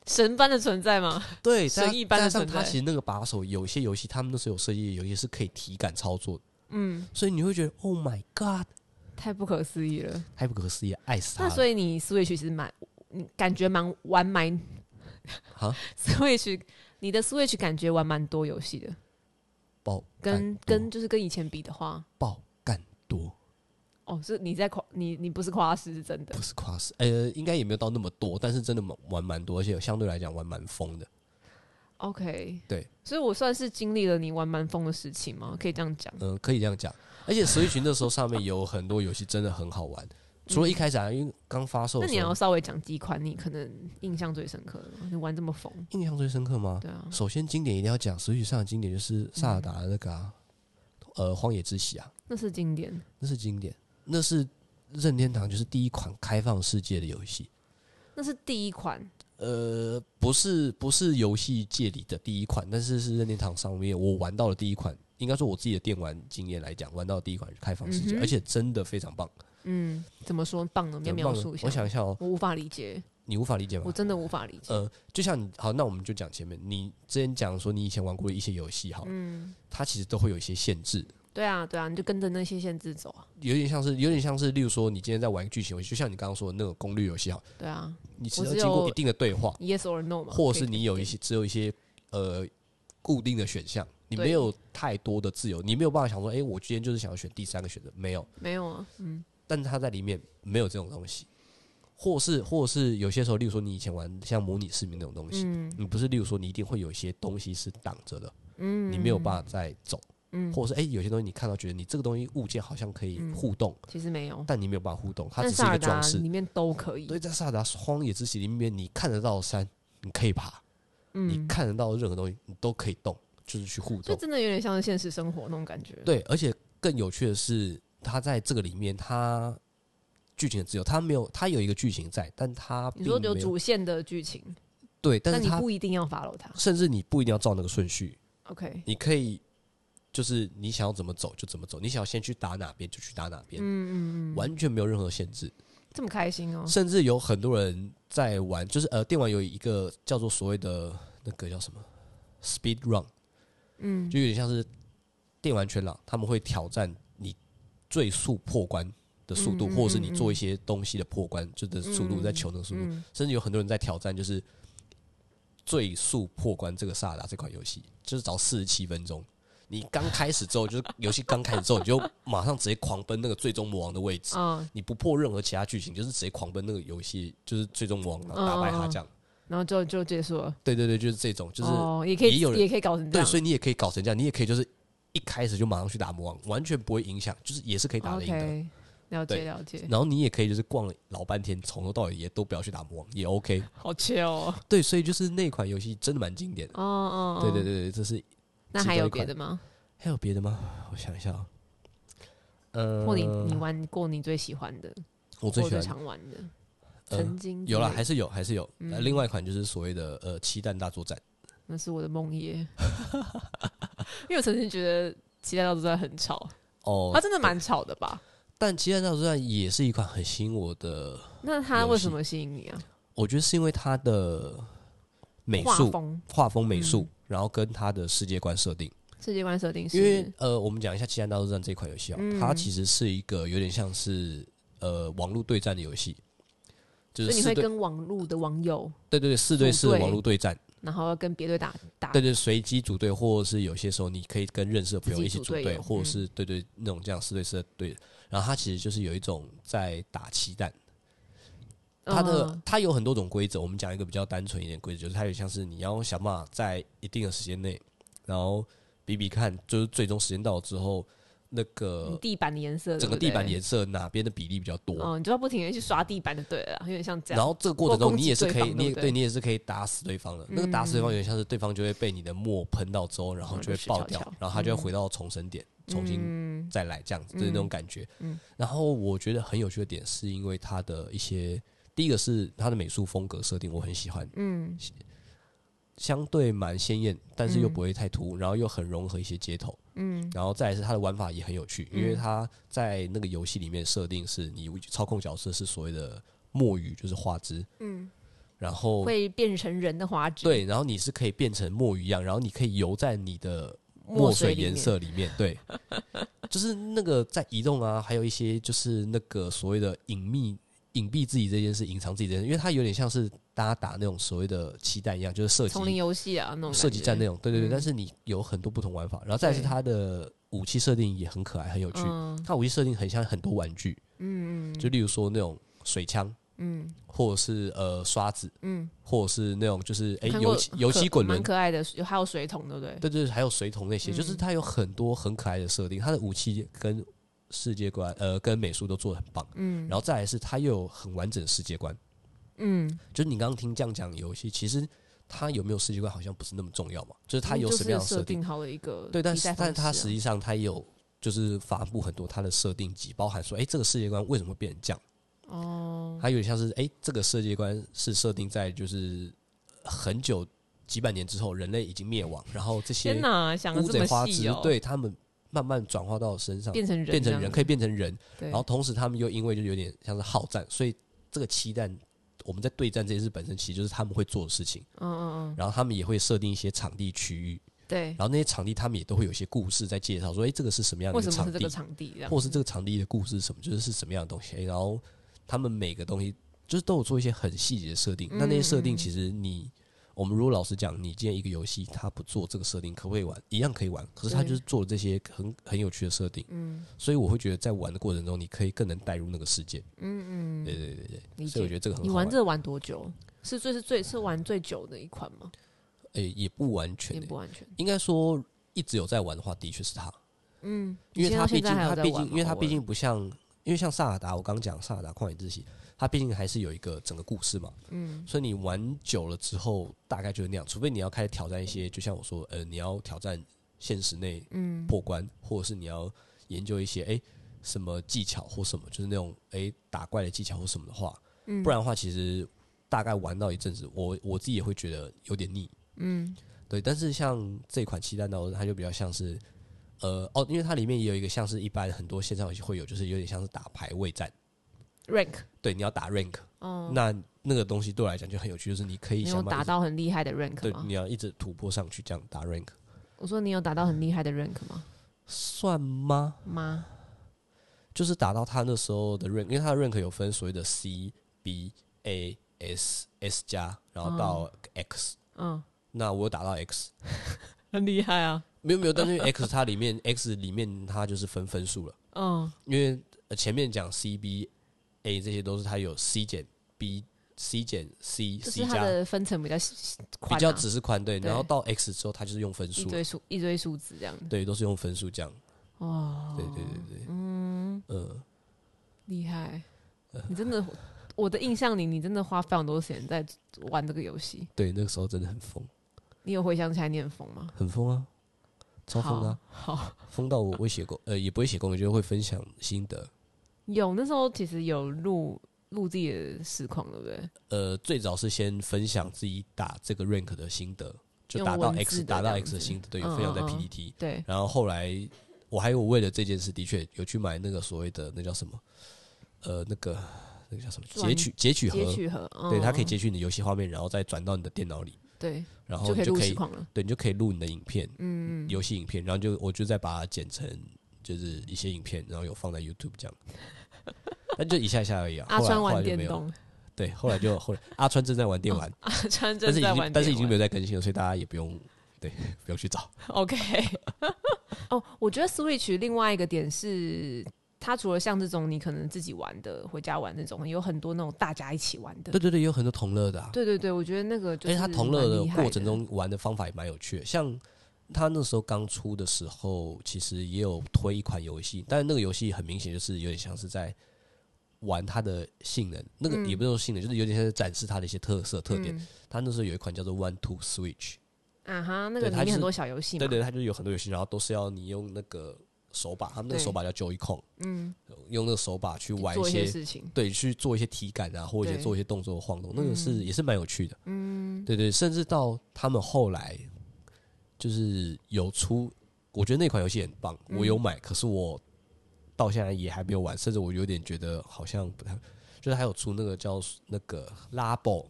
S1: 神般的存在吗？
S2: 对，
S1: 神
S2: 再
S1: 一般的
S2: 加上
S1: 存在
S2: 它其实那个把手，有些游戏他们那时候有设计，有些是可以体感操作，嗯，所以你会觉得 Oh my God，
S1: 太不可思议了。
S2: 太不可思议了，爱死他
S1: 那
S2: 了。
S1: 所以你 Switch 是蛮，你感觉蛮玩蛮
S2: 啊
S1: Switch，你的 Switch 感觉玩蛮多游戏的，
S2: 爆
S1: 跟
S2: 干多
S1: 跟就是跟以前比的话，
S2: 爆干多，
S1: 哦，是你在夸你你不是夸饰是真的
S2: 不。是 cross，呃，应该也没有到那么多，但是真的蛮玩蛮多，而且相对来讲玩蛮疯的。
S1: OK，
S2: 对，
S1: 所以我算是经历了你玩蛮疯的事情吗？可以这样讲。
S2: 嗯，可以这样讲。而且 Switch 那时候上面有很多游戏真的很好玩，除了一开始啊，因为刚发售
S1: 那
S2: 的
S1: 你
S2: 时
S1: 要
S2: 候，
S1: 稍微讲几款你可能印象最深刻的吗，你玩这么疯，
S2: 印象最深刻吗？
S1: 对啊，嗯
S2: 首先经典一定要讲，Switch 上的经典就是萨尔达的那个、啊呃《荒野之息》啊，
S1: 那是经典。
S2: 那是经典，那是任天堂就是第一款开放世界的游戏。
S1: 那是第一款，
S2: 呃，不是不是游戏界里的第一款，但是是任天堂上面我玩到的第一款，应该说我自己的电玩经验来讲，玩到的第一款开放世界，
S1: 嗯哼
S2: 而且真的非常棒。
S1: 嗯，怎么说棒呢？你要
S2: 很
S1: 描
S2: 棒的
S1: 述一下。
S2: 我想一下哦，
S1: 我无法理解，
S2: 你无法理解吗
S1: 我？真的无法理解。
S2: 呃，就像你好，那我们就讲前面，你之前讲说你以前玩过的一些游戏，好了，
S1: 嗯，
S2: 它其实都会有一些限制，
S1: 对啊，对啊，你就跟着那些限制走啊，
S2: 有点像是有点像是，例如说你今天在玩剧情游戏，就像你刚刚说的那种攻略游戏，好，
S1: 对啊
S2: 你只
S1: 我
S2: 要
S1: 只
S2: 经过
S1: 有
S2: 一定的对话，
S1: ，yes or no 嘛，
S2: 或
S1: 可以
S2: 是你有一些只有一些呃固定的选项，你
S1: 对
S2: 没有太多的自由，你没有办法想说，哎、我今天就是想要选第三个选择，没有，
S1: 没有啊，嗯，
S2: 但是它在里面没有这种东西，或是或是有些时候，例如说你以前玩像模拟市民那种东西，
S1: 嗯
S2: 你不是例如说你一定会有一些东西是挡着的，嗯，你没有办法再走，嗯，或者是哎、诶有些东西你看到觉得你这个东西物件好像可以互动，
S1: 其实没有。
S2: 但你没有办法互动，它
S1: 嗯但
S2: 只是
S1: 萨
S2: 一
S1: 尔达
S2: 个装饰
S1: 里。面都可以
S2: 所，以在《萨尔达荒野之息》里面，你看得到的山，你可以爬；你
S1: 嗯，
S2: 看得到的任何东西，你都可以动，就是去互
S1: 就
S2: 动。
S1: 真的有点像是现实生活那种感觉。
S2: 对，而且更有趣的是，它在这个里面，它剧情的自由，它没有，它有一个剧情在，但它
S1: 你
S2: 并
S1: 说
S2: 没
S1: 有
S2: 有
S1: 主线的剧情，
S2: 对，但
S1: 但
S2: 是
S1: 你
S2: 它
S1: 不一定要 follow 它。
S2: 甚至你不一定要照那个顺序，
S1: OK，
S2: 你可以就是你想要怎么走就怎么走，你想要先去打哪边就去打哪边，
S1: 嗯嗯嗯，
S2: 完全没有任何限制。
S1: 这么开心哦，
S2: 甚至有很多人在玩，就是呃，电玩有一个叫做所谓的那个叫什么 speed run，
S1: 嗯，
S2: 就有点像是电玩圈啦，他们会挑战你最速破关的速度，
S1: 嗯嗯
S2: 或者是你做一些东西的破关，就的速度在求那个速度，
S1: 嗯
S2: 甚至有很多人在挑战，就是最速破关这个《萨尔达》这款游戏，就是找四十七分钟。你刚开始之后，就是游戏刚开始之后，你就马上直接狂奔那个最终魔王的位置，
S1: 嗯，
S2: 你不破任何其他剧情，就是直接狂奔那个游戏，就是最终魔王，然后打败他这样。
S1: 然后就就结束了，
S2: 对对对，就是这种，就是
S1: 哦，也可以
S2: 也有人
S1: 也可以搞成这
S2: 对，
S1: 样，
S2: 所以你也可以搞成这样，你也可以就是一开始就马上去打魔王，完全不会影响，就是也是可以打得赢的。
S1: OK，了解
S2: 对
S1: 了解，
S2: 然后你也可以就是逛了老半天，从头到尾也都不要去打魔王，也 OK。
S1: 好切 哦，
S2: 对，所以就是那款游戏真的蛮经典
S1: 哦
S2: 的。
S1: 哦，
S2: 对对
S1: 对，
S2: 对对，这是
S1: 那
S2: 其
S1: 还
S2: 中
S1: 有
S2: 一款
S1: 别的吗？
S2: 还有别的吗？我想一下、啊，呃，
S1: 或你你玩过你最喜欢的，
S2: 我最
S1: 或
S2: 喜
S1: 最
S2: 欢
S1: 常玩的，
S2: 呃
S1: 曾经
S2: 有啦，
S1: 之类的
S2: 还是有，还是有。呃
S1: 嗯
S2: 另外一款就是所谓的呃七蛋大作战，
S1: 那是我的梦 魇，因为我曾经觉得期待到都在很吵，啊
S2: 哦
S1: 它，真的蛮吵的吧？
S2: 但七蛋大作战也是一款很吸引我的，
S1: 那它为什么吸引你啊？
S2: 我觉得是因为它的美
S1: 画
S2: 术、
S1: 风、
S2: 画风、美术，然后跟它的世界观设定。
S1: 世界观设定
S2: 因为
S1: 是，
S2: 呃，我们讲一下《七蛋大作战》这款游戏啊，
S1: 嗯
S2: 它其实是一个有点像是呃网络对战的游戏，就
S1: 所以
S2: 是
S1: 你
S2: 四
S1: 会
S2: 对
S1: 跟网络的网友，
S2: 对对对四对四的
S1: 组队啊
S2: 网络对战，
S1: 然后跟别队打打
S2: 对对随机组队，或者是有些时候你可以跟认识的朋友一起
S1: 自
S2: 组
S1: 己组队
S2: 队，
S1: 友
S2: 或者是对对那种这样四对四的队。然后它其实就是有一种在打气弹，它的
S1: 嗯
S2: 它有很多种规则，我们讲一个比较单纯一点的规则，就是它有像是你要想办法在一定的时间内，然后比比看，就是最终时间到了之后，那
S1: 你
S2: 个
S1: 地板的颜色，
S2: 呃整个地板
S1: 颜
S2: 颜色哪边的比例比较多。
S1: 嗯，你就要不停的去刷地板就对了，有点像这样。
S2: 然后这个过程
S1: 或
S2: 中，
S1: 攻击
S2: 你也是可
S1: 对
S2: 以，
S1: 方
S2: 你
S1: 对
S2: 也
S1: 不对嗯
S2: 对你也是可以打死对方的。那个打死对方有点像是对方就会被你的墨喷到之后，然后
S1: 嗯
S2: 就会
S1: 就
S2: 爆
S1: 死翘
S2: 掉
S1: 翘，
S2: 然后他就会回到重生点，重新
S1: 嗯
S2: 再来这样子就是那种感觉。然后我觉得很有趣的点是因为它的一些，第一个是它的美术风格设定我很喜欢，
S1: 嗯
S2: 相对蛮鲜艳，但是又
S1: 嗯
S2: 不会太突兀，然后又很融合一些街头。
S1: 嗯
S2: 然后再来是它的玩法也很有趣，因为
S1: 嗯
S2: 它在那个游戏里面设定是你操控角色是所谓的墨鱼，就是花枝，
S1: 嗯，
S2: 然后
S1: 会变成人的花枝，，
S2: 对，然后你是可以变成墨鱼一样，然后你可以游在你的
S1: 墨
S2: 墨水
S1: 里面
S2: 颜，色里面，对，就是那个在移动啊，还有一些就是那个所谓的隐秘、隐蔽自己这件事，隐藏自己这件事，因为它有点像是大家打那种所谓的期待一样，就是射
S1: 丛林
S2: 击、
S1: 游戏啊那种
S2: 射击战那
S1: 种
S2: 种，对对对。
S1: 嗯
S2: 但是你有很多不同玩法，然后再来是
S1: 对
S2: 它的武器设定也很可爱、很有趣
S1: 感觉，。嗯
S2: 它武器设定很像很多玩具，
S1: 嗯嗯
S2: 就例如说那种水枪，
S1: 嗯
S2: 或者是呃刷子，
S1: 嗯，
S2: 或者是那种就是哎
S1: 我看过
S2: 油漆油漆
S1: 可
S2: 滚轮
S1: 蛮可爱的，有还有水桶，对不对？
S2: 对对，还有水桶那些，就是
S1: 嗯
S2: 它有很多很可爱的设定，它的武器跟世界观呃跟美术都做的很棒，
S1: 嗯
S2: 然后再来是它又有很完整的世界观，
S1: 嗯，
S2: 就是你刚刚听这样讲游戏，其实它有没有世界观好像不是那么重要嘛，就是它有
S1: 嗯就
S2: 什么样
S1: 是
S2: 的设
S1: 设
S2: 定，
S1: 定好的一个
S2: 对，但
S1: 比赛
S2: 是
S1: 方
S2: 但是它
S1: 式啊
S2: 实际上它也有就是发布很多它的设定集，包含说哎这个世界观为什么会变成这样，
S1: 哦，
S2: 它有点像是哎、诶这个世界观是设定在就是很久几百年之后人类已经灭亡，然后这些
S1: 天哪，想的
S2: 乌
S1: 这
S2: 贼
S1: 么
S2: 花
S1: 细
S2: 枝
S1: 哦，，
S2: 对他们慢慢转化到身上，
S1: 变成人
S2: 变
S1: 这
S2: 成
S1: 样
S2: 人，可以变成人，
S1: 对，
S2: 然后同时他们又因为就有点像是好战，所以这个期待我们在对战这件事本身，其实就是他们会做的事情。
S1: 嗯嗯嗯，
S2: 然后他们也会设定一些场地区域，
S1: 对，
S2: 然后那些场地他们也都会有一些故事在介绍，说哎、诶这个是什么样的
S1: 为
S2: 一
S1: 什么
S2: 场
S1: 是这
S2: 地
S1: 个，场地这样？
S2: 或是这个场地的故事是什么，就是是什么样的东西。诶然后他们每个东西就是都有做一些很细节的设
S1: 嗯
S2: 定。那那些设定其实你，我们如果老实讲，你今天一个游戏它不做这个设定，可不可以玩？一样可以玩。可是它
S1: 对
S2: 就是做了这些很很有趣的设定，
S1: 嗯
S2: 所以我会觉得在玩的过程中，你可以更能带入那个世界。
S1: 嗯嗯，
S2: 对对对对
S1: 理
S2: 所以我
S1: 解。
S2: 觉得这个很
S1: 你
S2: 好
S1: 玩这个玩多久？是最是最是玩最久的一款吗？
S2: 诶、也不完全、
S1: 也
S2: 诶
S1: 不完全。
S2: 应该说一直有在玩的话，的确是它，
S1: 嗯，
S2: 因为
S1: 你
S2: 它
S1: 现
S2: 毕
S1: 在到现在
S2: 竟
S1: 还有
S2: 它
S1: 在
S2: 毕
S1: 玩
S2: 竟
S1: 吗
S2: 因为它毕竟不像，因为像萨尔达，我刚讲萨尔达旷野之息，它毕竟还是有一个整个故事嘛。
S1: 嗯
S2: 所以你玩久了之后，大概就是那样。除非你要开始挑战一些，就像我说，呃，你要挑战现实内
S1: 嗯
S2: 破关，或者是你要研究一些诶什么技巧或什么，就是那种诶打怪的技巧或什么的话，
S1: 嗯，
S2: 不然的话，其实大概玩到一阵子，我我自己也会觉得有点腻。
S1: 嗯
S2: 对，但是像这款七蛋刀，它就比较像是，呃，哦，因为它里面也有一个像是一般很多线上游戏会有，就是有点像是打排位战，
S1: rank
S2: 对，你要打 rank，、
S1: 哦，
S2: 那那个东西对我来讲就很有趣，就是你可以
S1: 你有
S2: 想办法
S1: 打到很厉害的
S2: 对
S1: rank，吗
S2: 你？要一直突破上去，这样打 rank
S1: 我说你有打到很厉害的 rank 吗？
S2: 算吗？
S1: 吗？
S2: 就是打到他那时候的 rank，因为他的 rank 有
S1: 哦
S2: 分所谓的 C、B、A、S、S 加，然后到 X，、
S1: 嗯，
S2: 那我有打到 X，
S1: 很厉害啊，
S2: 没有没有，但是 X 它里面 X 里面它就是分分数了，
S1: 嗯
S2: 因为呃前面讲 C B A 这些都是它有 C 减 B C 减 C
S1: 就是
S2: C
S1: 它
S2: 加
S1: 的分层比较细宽、
S2: 比
S1: 啊，
S2: 较只是宽对，
S1: 对嗯
S2: 然后到 X 之后它就是用分
S1: 一
S2: 数，
S1: 堆数一堆数字这样子。
S2: 对，都是用分数这样，
S1: 哦，
S2: 对对对对，
S1: 嗯，
S2: 嗯，
S1: 厉害！
S2: 呃
S1: 你真的，我的印象里，你真的花非常多时间在玩这个游戏。
S2: 对，那个时候真的很疯，
S1: 你有回想起来你很疯吗？
S2: 很疯啊，超疯的啊、
S1: 好，好
S2: 疯到我会写攻，呃，也不会写攻略，就是会分享心得。
S1: 有那时候其实有录录自己的实况，对不对？
S2: 呃，最早是先分享自己打这个 rank 的心得，就
S1: 用
S2: 打到
S1: 文字
S2: X
S1: 的
S2: 打
S1: 这
S2: 到
S1: 样
S2: X
S1: 子
S2: 的心得，对，
S1: 嗯
S2: 有分享在
S1: 嗯嗯
S2: PPT。
S1: 对，
S2: 然后后来我还有为了这件事，的确有去买那个所谓的那叫什么，呃，那个那个叫什么
S1: 转
S2: 截取截取
S1: 截
S2: 盒，
S1: 取盒，嗯
S2: 对，它可以，截取你的游戏画面，然后再转到你的电脑里，
S1: 对，
S2: 然
S1: 就
S2: 后
S1: 可
S2: 你
S1: 以
S2: 哦就
S1: 录
S2: 可
S1: 实
S2: 以
S1: 况了。
S2: 对，你就可以录你的影片，
S1: 嗯，
S2: 游戏影片，然后就我就再把它剪成就是一些影片，然后有放在 YouTube 这样。那就一下一下而已啊。
S1: 阿
S2: 后来
S1: 川
S2: 后来
S1: 玩
S2: 就没
S1: 电
S2: 有了。
S1: 动，
S2: 对，后来就后来阿川正在玩电玩，
S1: 阿川
S2: 但
S1: 正
S2: 是已
S1: 在
S2: 经
S1: 玩电玩，
S2: 但是已经没有在更新了，所以大家也不用对 不用去找。
S1: OK，哦，我觉得 Switch 另外一个点是，它除了像这种你可能自己玩的、回家玩那种，有很多那种大家一起玩的。
S2: 对对对，有很多同乐的、啊，
S1: 对对对，我觉得那个就
S2: 而
S1: 是
S2: 且他
S1: 蛮
S2: 同乐
S1: 厉
S2: 的
S1: 害
S2: 过程，中玩的方法也蛮有趣的，像。他那时候刚出的时候，其实也有推一款游戏，但是那个游戏很明显就是有点像是在玩它的性能，那个
S1: 嗯
S2: 也不是说性能，就是有点像是展示它的一些特色特点。
S1: 嗯
S2: 他那时候有一款叫做 One Two Switch，
S1: 啊哈，那
S2: 对
S1: 个
S2: 它
S1: 里面
S2: 就是
S1: 很多小游戏嘛，
S2: 对对，它就是有很多游戏，然后都是要你用那个手把，他们那个
S1: 对
S2: 手把叫 Joy-Con，
S1: 嗯，
S2: 用那个手把去玩一
S1: 做一
S2: 些，
S1: 些事情，
S2: 对，去做一些体感啊，或者一些
S1: 对
S2: 做一些动作的晃动，那个是、也是蛮有趣的。
S1: 嗯，
S2: 对对，甚至到他们后来就是有出，我觉得那款游戏很棒，我
S1: 嗯
S2: 有买，可是我到现在也还没有玩，甚至我有点觉得好像不太，就是还有出那个叫那个 Labo。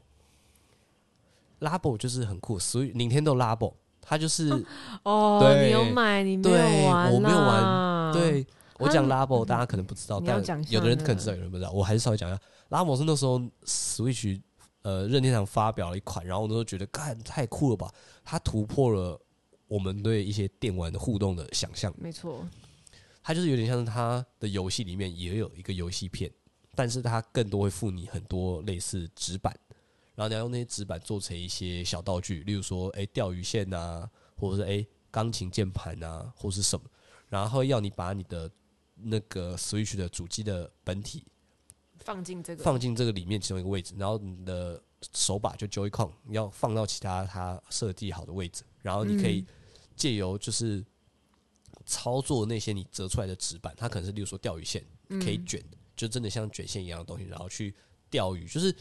S2: Labo 就是很酷，所以 Nintendo Labo 它就是、
S1: 哦，
S2: 对
S1: 你有买，你没
S2: 对
S1: 有玩，
S2: 我没有
S1: 嗯
S2: 玩，对我讲
S1: 它
S2: Labo，大家可能不知道，
S1: 啊嗯你要
S2: 但
S1: 讲一下
S2: 有的人
S1: 呢
S2: 可能知道，有人不知道。我还是稍微讲一下，Labo 是那时候 Switch 呃任天堂发表了一款，然后我那时候觉得，干太酷了吧！它突破了我们对一些电玩的互动的想象。
S1: 没错，
S2: 它就是有点像是它的游戏里面也有一个游戏片，但是它更多会附你很多类似纸板，然后你要用那些纸板做成一些小道具，例如说诶钓鱼线啊，或者是诶钢琴键盘啊，或是什么，然后要你把你的那个 Switch 的主机的本体
S1: 放进这个，
S2: 放进这个里面其中一个位置，然后你的手把就 Joy-Con 你要放到其他它设计好的位置，然后你可以借由就是操作那些你折出来的纸板，它可能是例如说钓鱼线，可以卷，就真的像卷线一样的东西，然后去钓鱼，就是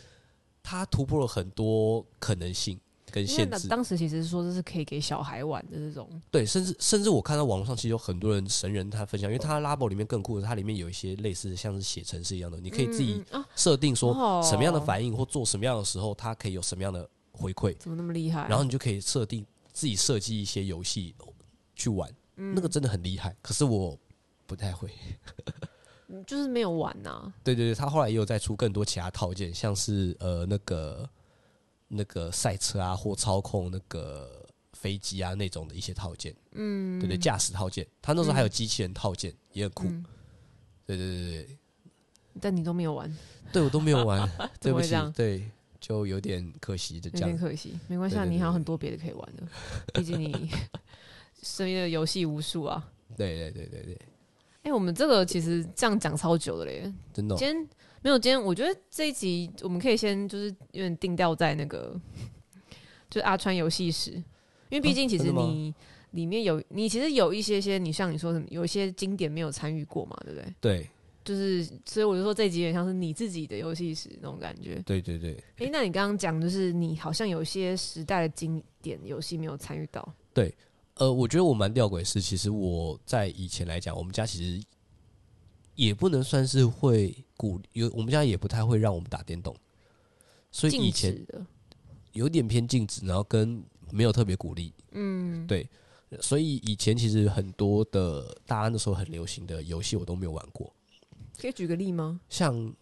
S2: 它突破了很多可能性跟
S1: 因为
S2: 限
S1: 当
S2: 制。
S1: 当时其实说这是可以给小孩玩的这种，
S2: 对，甚至甚至我看到网络上其实有很多人神人他分享，因为它 Labo 里面更酷的是，它里面有一些类似像是写程式一样的，你可以自己
S1: 嗯嗯啊，
S2: 设定说
S1: 哦
S2: 什么样的反应或做什么样的时候，它可以有什么样的回馈，
S1: 怎么那么厉害？
S2: 然后你就可以设定自己设计一些游戏去玩，
S1: 嗯
S2: 那个真的很厉害。可是我不太会。
S1: 就是没有玩呐，
S2: 对对对，他后来也有再出更多其他套件，像是呃那个那个赛车啊，或操控那个飞机啊那种的一些套件，嗯，对对，驾驶套件，他那时候
S1: 嗯
S2: 还有机器人套件，也很酷。对对对对，
S1: 但你都没有玩，
S2: 对我都没有 玩，对
S1: 怎么
S2: 不
S1: 会
S2: 起
S1: 这样，
S2: 对，就有点可惜的
S1: 有
S2: 这样
S1: 点。可惜，没关系，啊，
S2: 对对对
S1: 你还有很多别的可以玩的，毕竟 你身边的游戏无数啊。
S2: 对对对对对，
S1: 哎、我们这个其实这样讲超久的嘞。
S2: 真的哦、
S1: 今天没有，今天我觉得这一集我们可以先就是有点定调在那个， 就是阿川游戏史，因为毕竟其实
S2: 啊真的吗
S1: 你、里面有你其实有一些些你像你说什么，有一些经典没有参与过嘛，对不对？
S2: 对
S1: 就是所以我就说这一集有点像是你自己的游戏史那种感觉。
S2: 对对对
S1: 哎、那你刚刚讲就是你好像有一些时代的经典游戏没有参与到，
S2: 对，呃，我觉得我蛮吊诡的是，其实我在以前来讲，我们家其实也不能算是会鼓励，有我们家也不太会让我们打电动，所以以
S1: 禁
S2: 前
S1: 止的，
S2: 有点偏禁止，然后跟没有特别鼓励，
S1: 嗯，
S2: 对，所以以前其实很多的大家那时候很流行的游戏我都没有玩过，
S1: 可以举个例吗？
S2: 像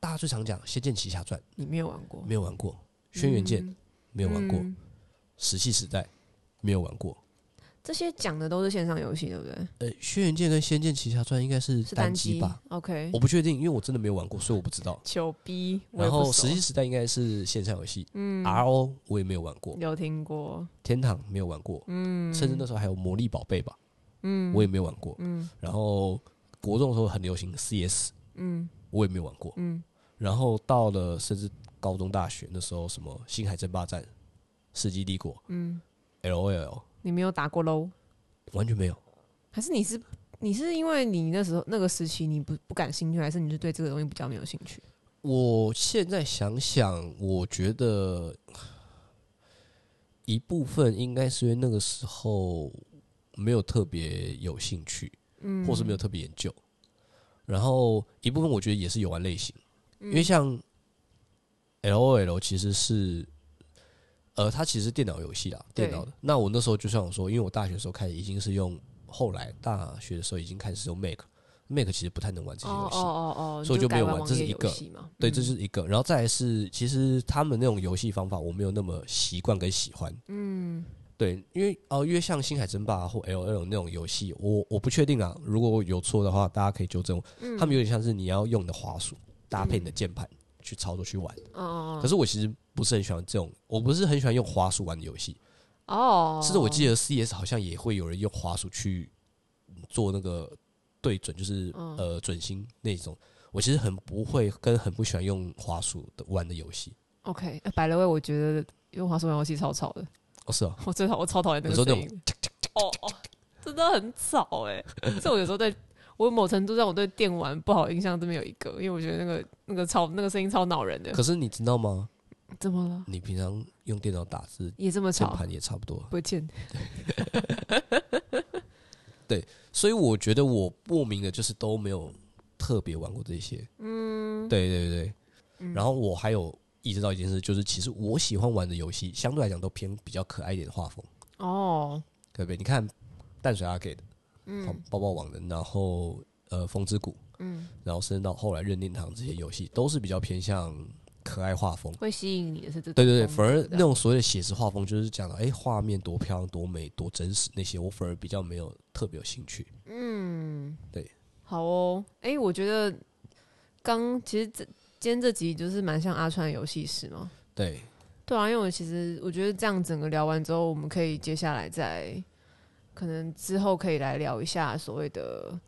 S2: 大家最常讲《仙剑奇侠传》
S1: 你没有玩过，
S2: 没有玩过，《轩辕剑》
S1: 嗯
S2: 没有玩过，
S1: 嗯
S2: 石器时代没有玩过。
S1: 这些讲的都是线上游戏，对不对？
S2: 呃，《轩辕剑》跟《仙剑奇侠传》应该是
S1: 是
S2: 单
S1: 机
S2: 机吧？
S1: OK，
S2: 我不确定，因为我真的没有玩过，所以我不知道。
S1: 球逼，我也
S2: 然
S1: 不
S2: 后《
S1: 熟
S2: 石器时代》应该是线上游戏、
S1: 嗯
S2: r o 我也没有玩过，
S1: 有听过，
S2: 天堂没有玩过，
S1: 嗯，
S2: 甚至那时候还有魔力宝贝吧，
S1: 嗯，
S2: 我也没有玩过。
S1: 嗯
S2: 然后国中的时候很流行 CS，
S1: 嗯
S2: 我也没有玩过。
S1: 嗯
S2: 然后到了甚至高中、大学那时候，什么《星海争霸战》《世纪帝国
S1: 嗯，》
S2: LOL
S1: 你没有打过喽？
S2: 完全没有。
S1: 还是你是你是因为你那时候那个时期你不不感兴趣，还是你是对这个东西比较没有兴趣？
S2: 我现在想想，我觉得一部分应该是因为那个时候没有特别有兴趣，
S1: 嗯，
S2: 或是没有特别研究。然后一部分我觉得也是游玩类型，
S1: 嗯
S2: 因为像 L O L 其实是，呃，它其实是电脑游戏啦，
S1: 对
S2: 电脑的。那我那时候就像我说，因为我大学的时候开始已经是用，后来大学的时候已经开始用 Mac，Mac 其实不太能玩这些
S1: 哦
S2: 游
S1: 哦
S2: 戏。
S1: 哦哦，
S2: 所以
S1: 你
S2: 就没有
S1: 改玩
S2: 玩
S1: 网
S2: 这是
S1: 页
S2: 一个
S1: 游戏嘛？
S2: 对，
S1: 嗯
S2: 这是一个。然后再来是，其实他们那种游戏方法我没有那么习惯跟喜欢。
S1: 嗯
S2: 对，因为哦、因为像《星海争霸》或 L O L 那种游戏，我我不确定啊，如果我有错的话，大家可以纠正我。
S1: 嗯，
S2: 他们有点像是你要用你的滑鼠搭配你的键盘去操作去玩。
S1: 哦哦
S2: 可是我其实不是很喜欢这种，我不是很喜欢用滑鼠玩的游戏。
S1: 哦，
S2: 甚至我记得 CS 好像也会有人用滑鼠去做那个对准，就是、
S1: 嗯
S2: 呃准心那种。我其实很不会跟很不喜欢用滑鼠的玩的游戏。
S1: OK，呃百乐味，我觉得用滑鼠玩游戏超吵的，
S2: 哦， 是啊，
S1: 我最讨 我超讨厌那
S2: 有
S1: 个
S2: 时候那
S1: 声
S2: 种
S1: 音。 哦哦，真的很吵哎、这我有时候对我某程度上我对电玩不好的印象这边有一个，因为我觉得那个那个超那个声音超恼人的。
S2: 可是你知道吗？
S1: 怎么了？
S2: 你平常用电脑打字，
S1: 也这么
S2: 键
S1: 吵？
S2: 盘也差不多。
S1: 不见
S2: 所以我觉得我莫名的就是都没有特别玩过这些。嗯，对对对。然后我还有意识到一件事，就是其实我喜欢玩的游戏相对来讲都偏比较可爱一点的画风，
S1: 哦，
S2: 对不对？你看淡水 arcade，嗯，包包网人，然后呃风之谷，嗯，然后甚至到后来任天堂这些游戏都是比较偏向可爱画风。
S1: 会吸引你的是这种
S2: 对对对，
S1: 风
S2: 反而
S1: 格的
S2: 那种所谓的写实画风，就是讲的，哎，画面多漂亮、多美、多真实那些，我反而比较没有特别有兴趣。
S1: 嗯，
S2: 对，
S1: 好哦。哎、我觉得刚其实这今天这集就是蛮像阿川的游戏室嘛。
S2: 对，
S1: 对啊，因为我其实我觉得这样整个聊完之后，我们可以接下来再可能之后可以来聊一下所谓的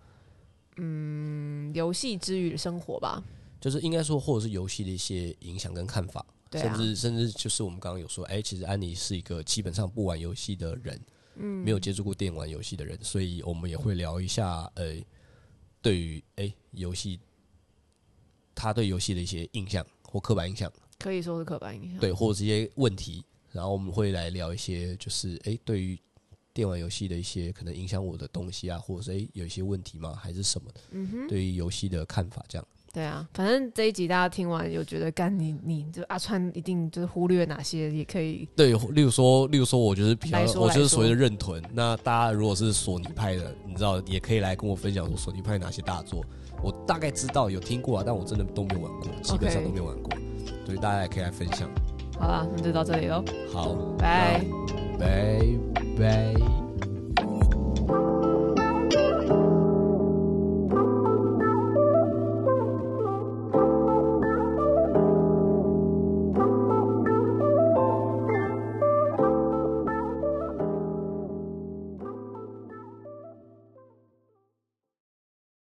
S1: 嗯游戏之余的生活吧。
S2: 就是应该说，或者是游戏的一些影响跟看法，
S1: 对
S2: 甚
S1: 啊，
S2: 至甚至就是我们刚刚有说，哎、其实安妮是一个基本上不玩游戏的人，嗯，没有接触过电玩游戏的人，所以我们也会聊一下，呃，对于哎游戏，他对游戏的一些印象或刻板印象，
S1: 可以说是刻板印象。
S2: 对，或者是一些问题，然后我们会来聊一些，就是哎、对于电玩游戏的一些可能影响我的东西啊，或者是哎、有一些问题吗，还是什么？嗯哼，对于游戏的看法这样。
S1: 对啊，反正这一集大家听完有觉得干你你就阿川一定就是忽略哪些也可以
S2: 对，例如说，例如说，我就是比较
S1: 来，说
S2: 我就
S1: 来
S2: 是所谓
S1: 说
S2: 的认屯。那大家如果是索尼派的，你知道，也可以来跟我分享说索尼派哪些大作。我大概知道有听过啊，但我真的都没有玩过，基本上
S1: OK
S2: 都没有玩过。所以大家也可以来分享。
S1: 好啦，那就到这里喽，
S2: 好，
S1: 拜。
S2: 那拜拜。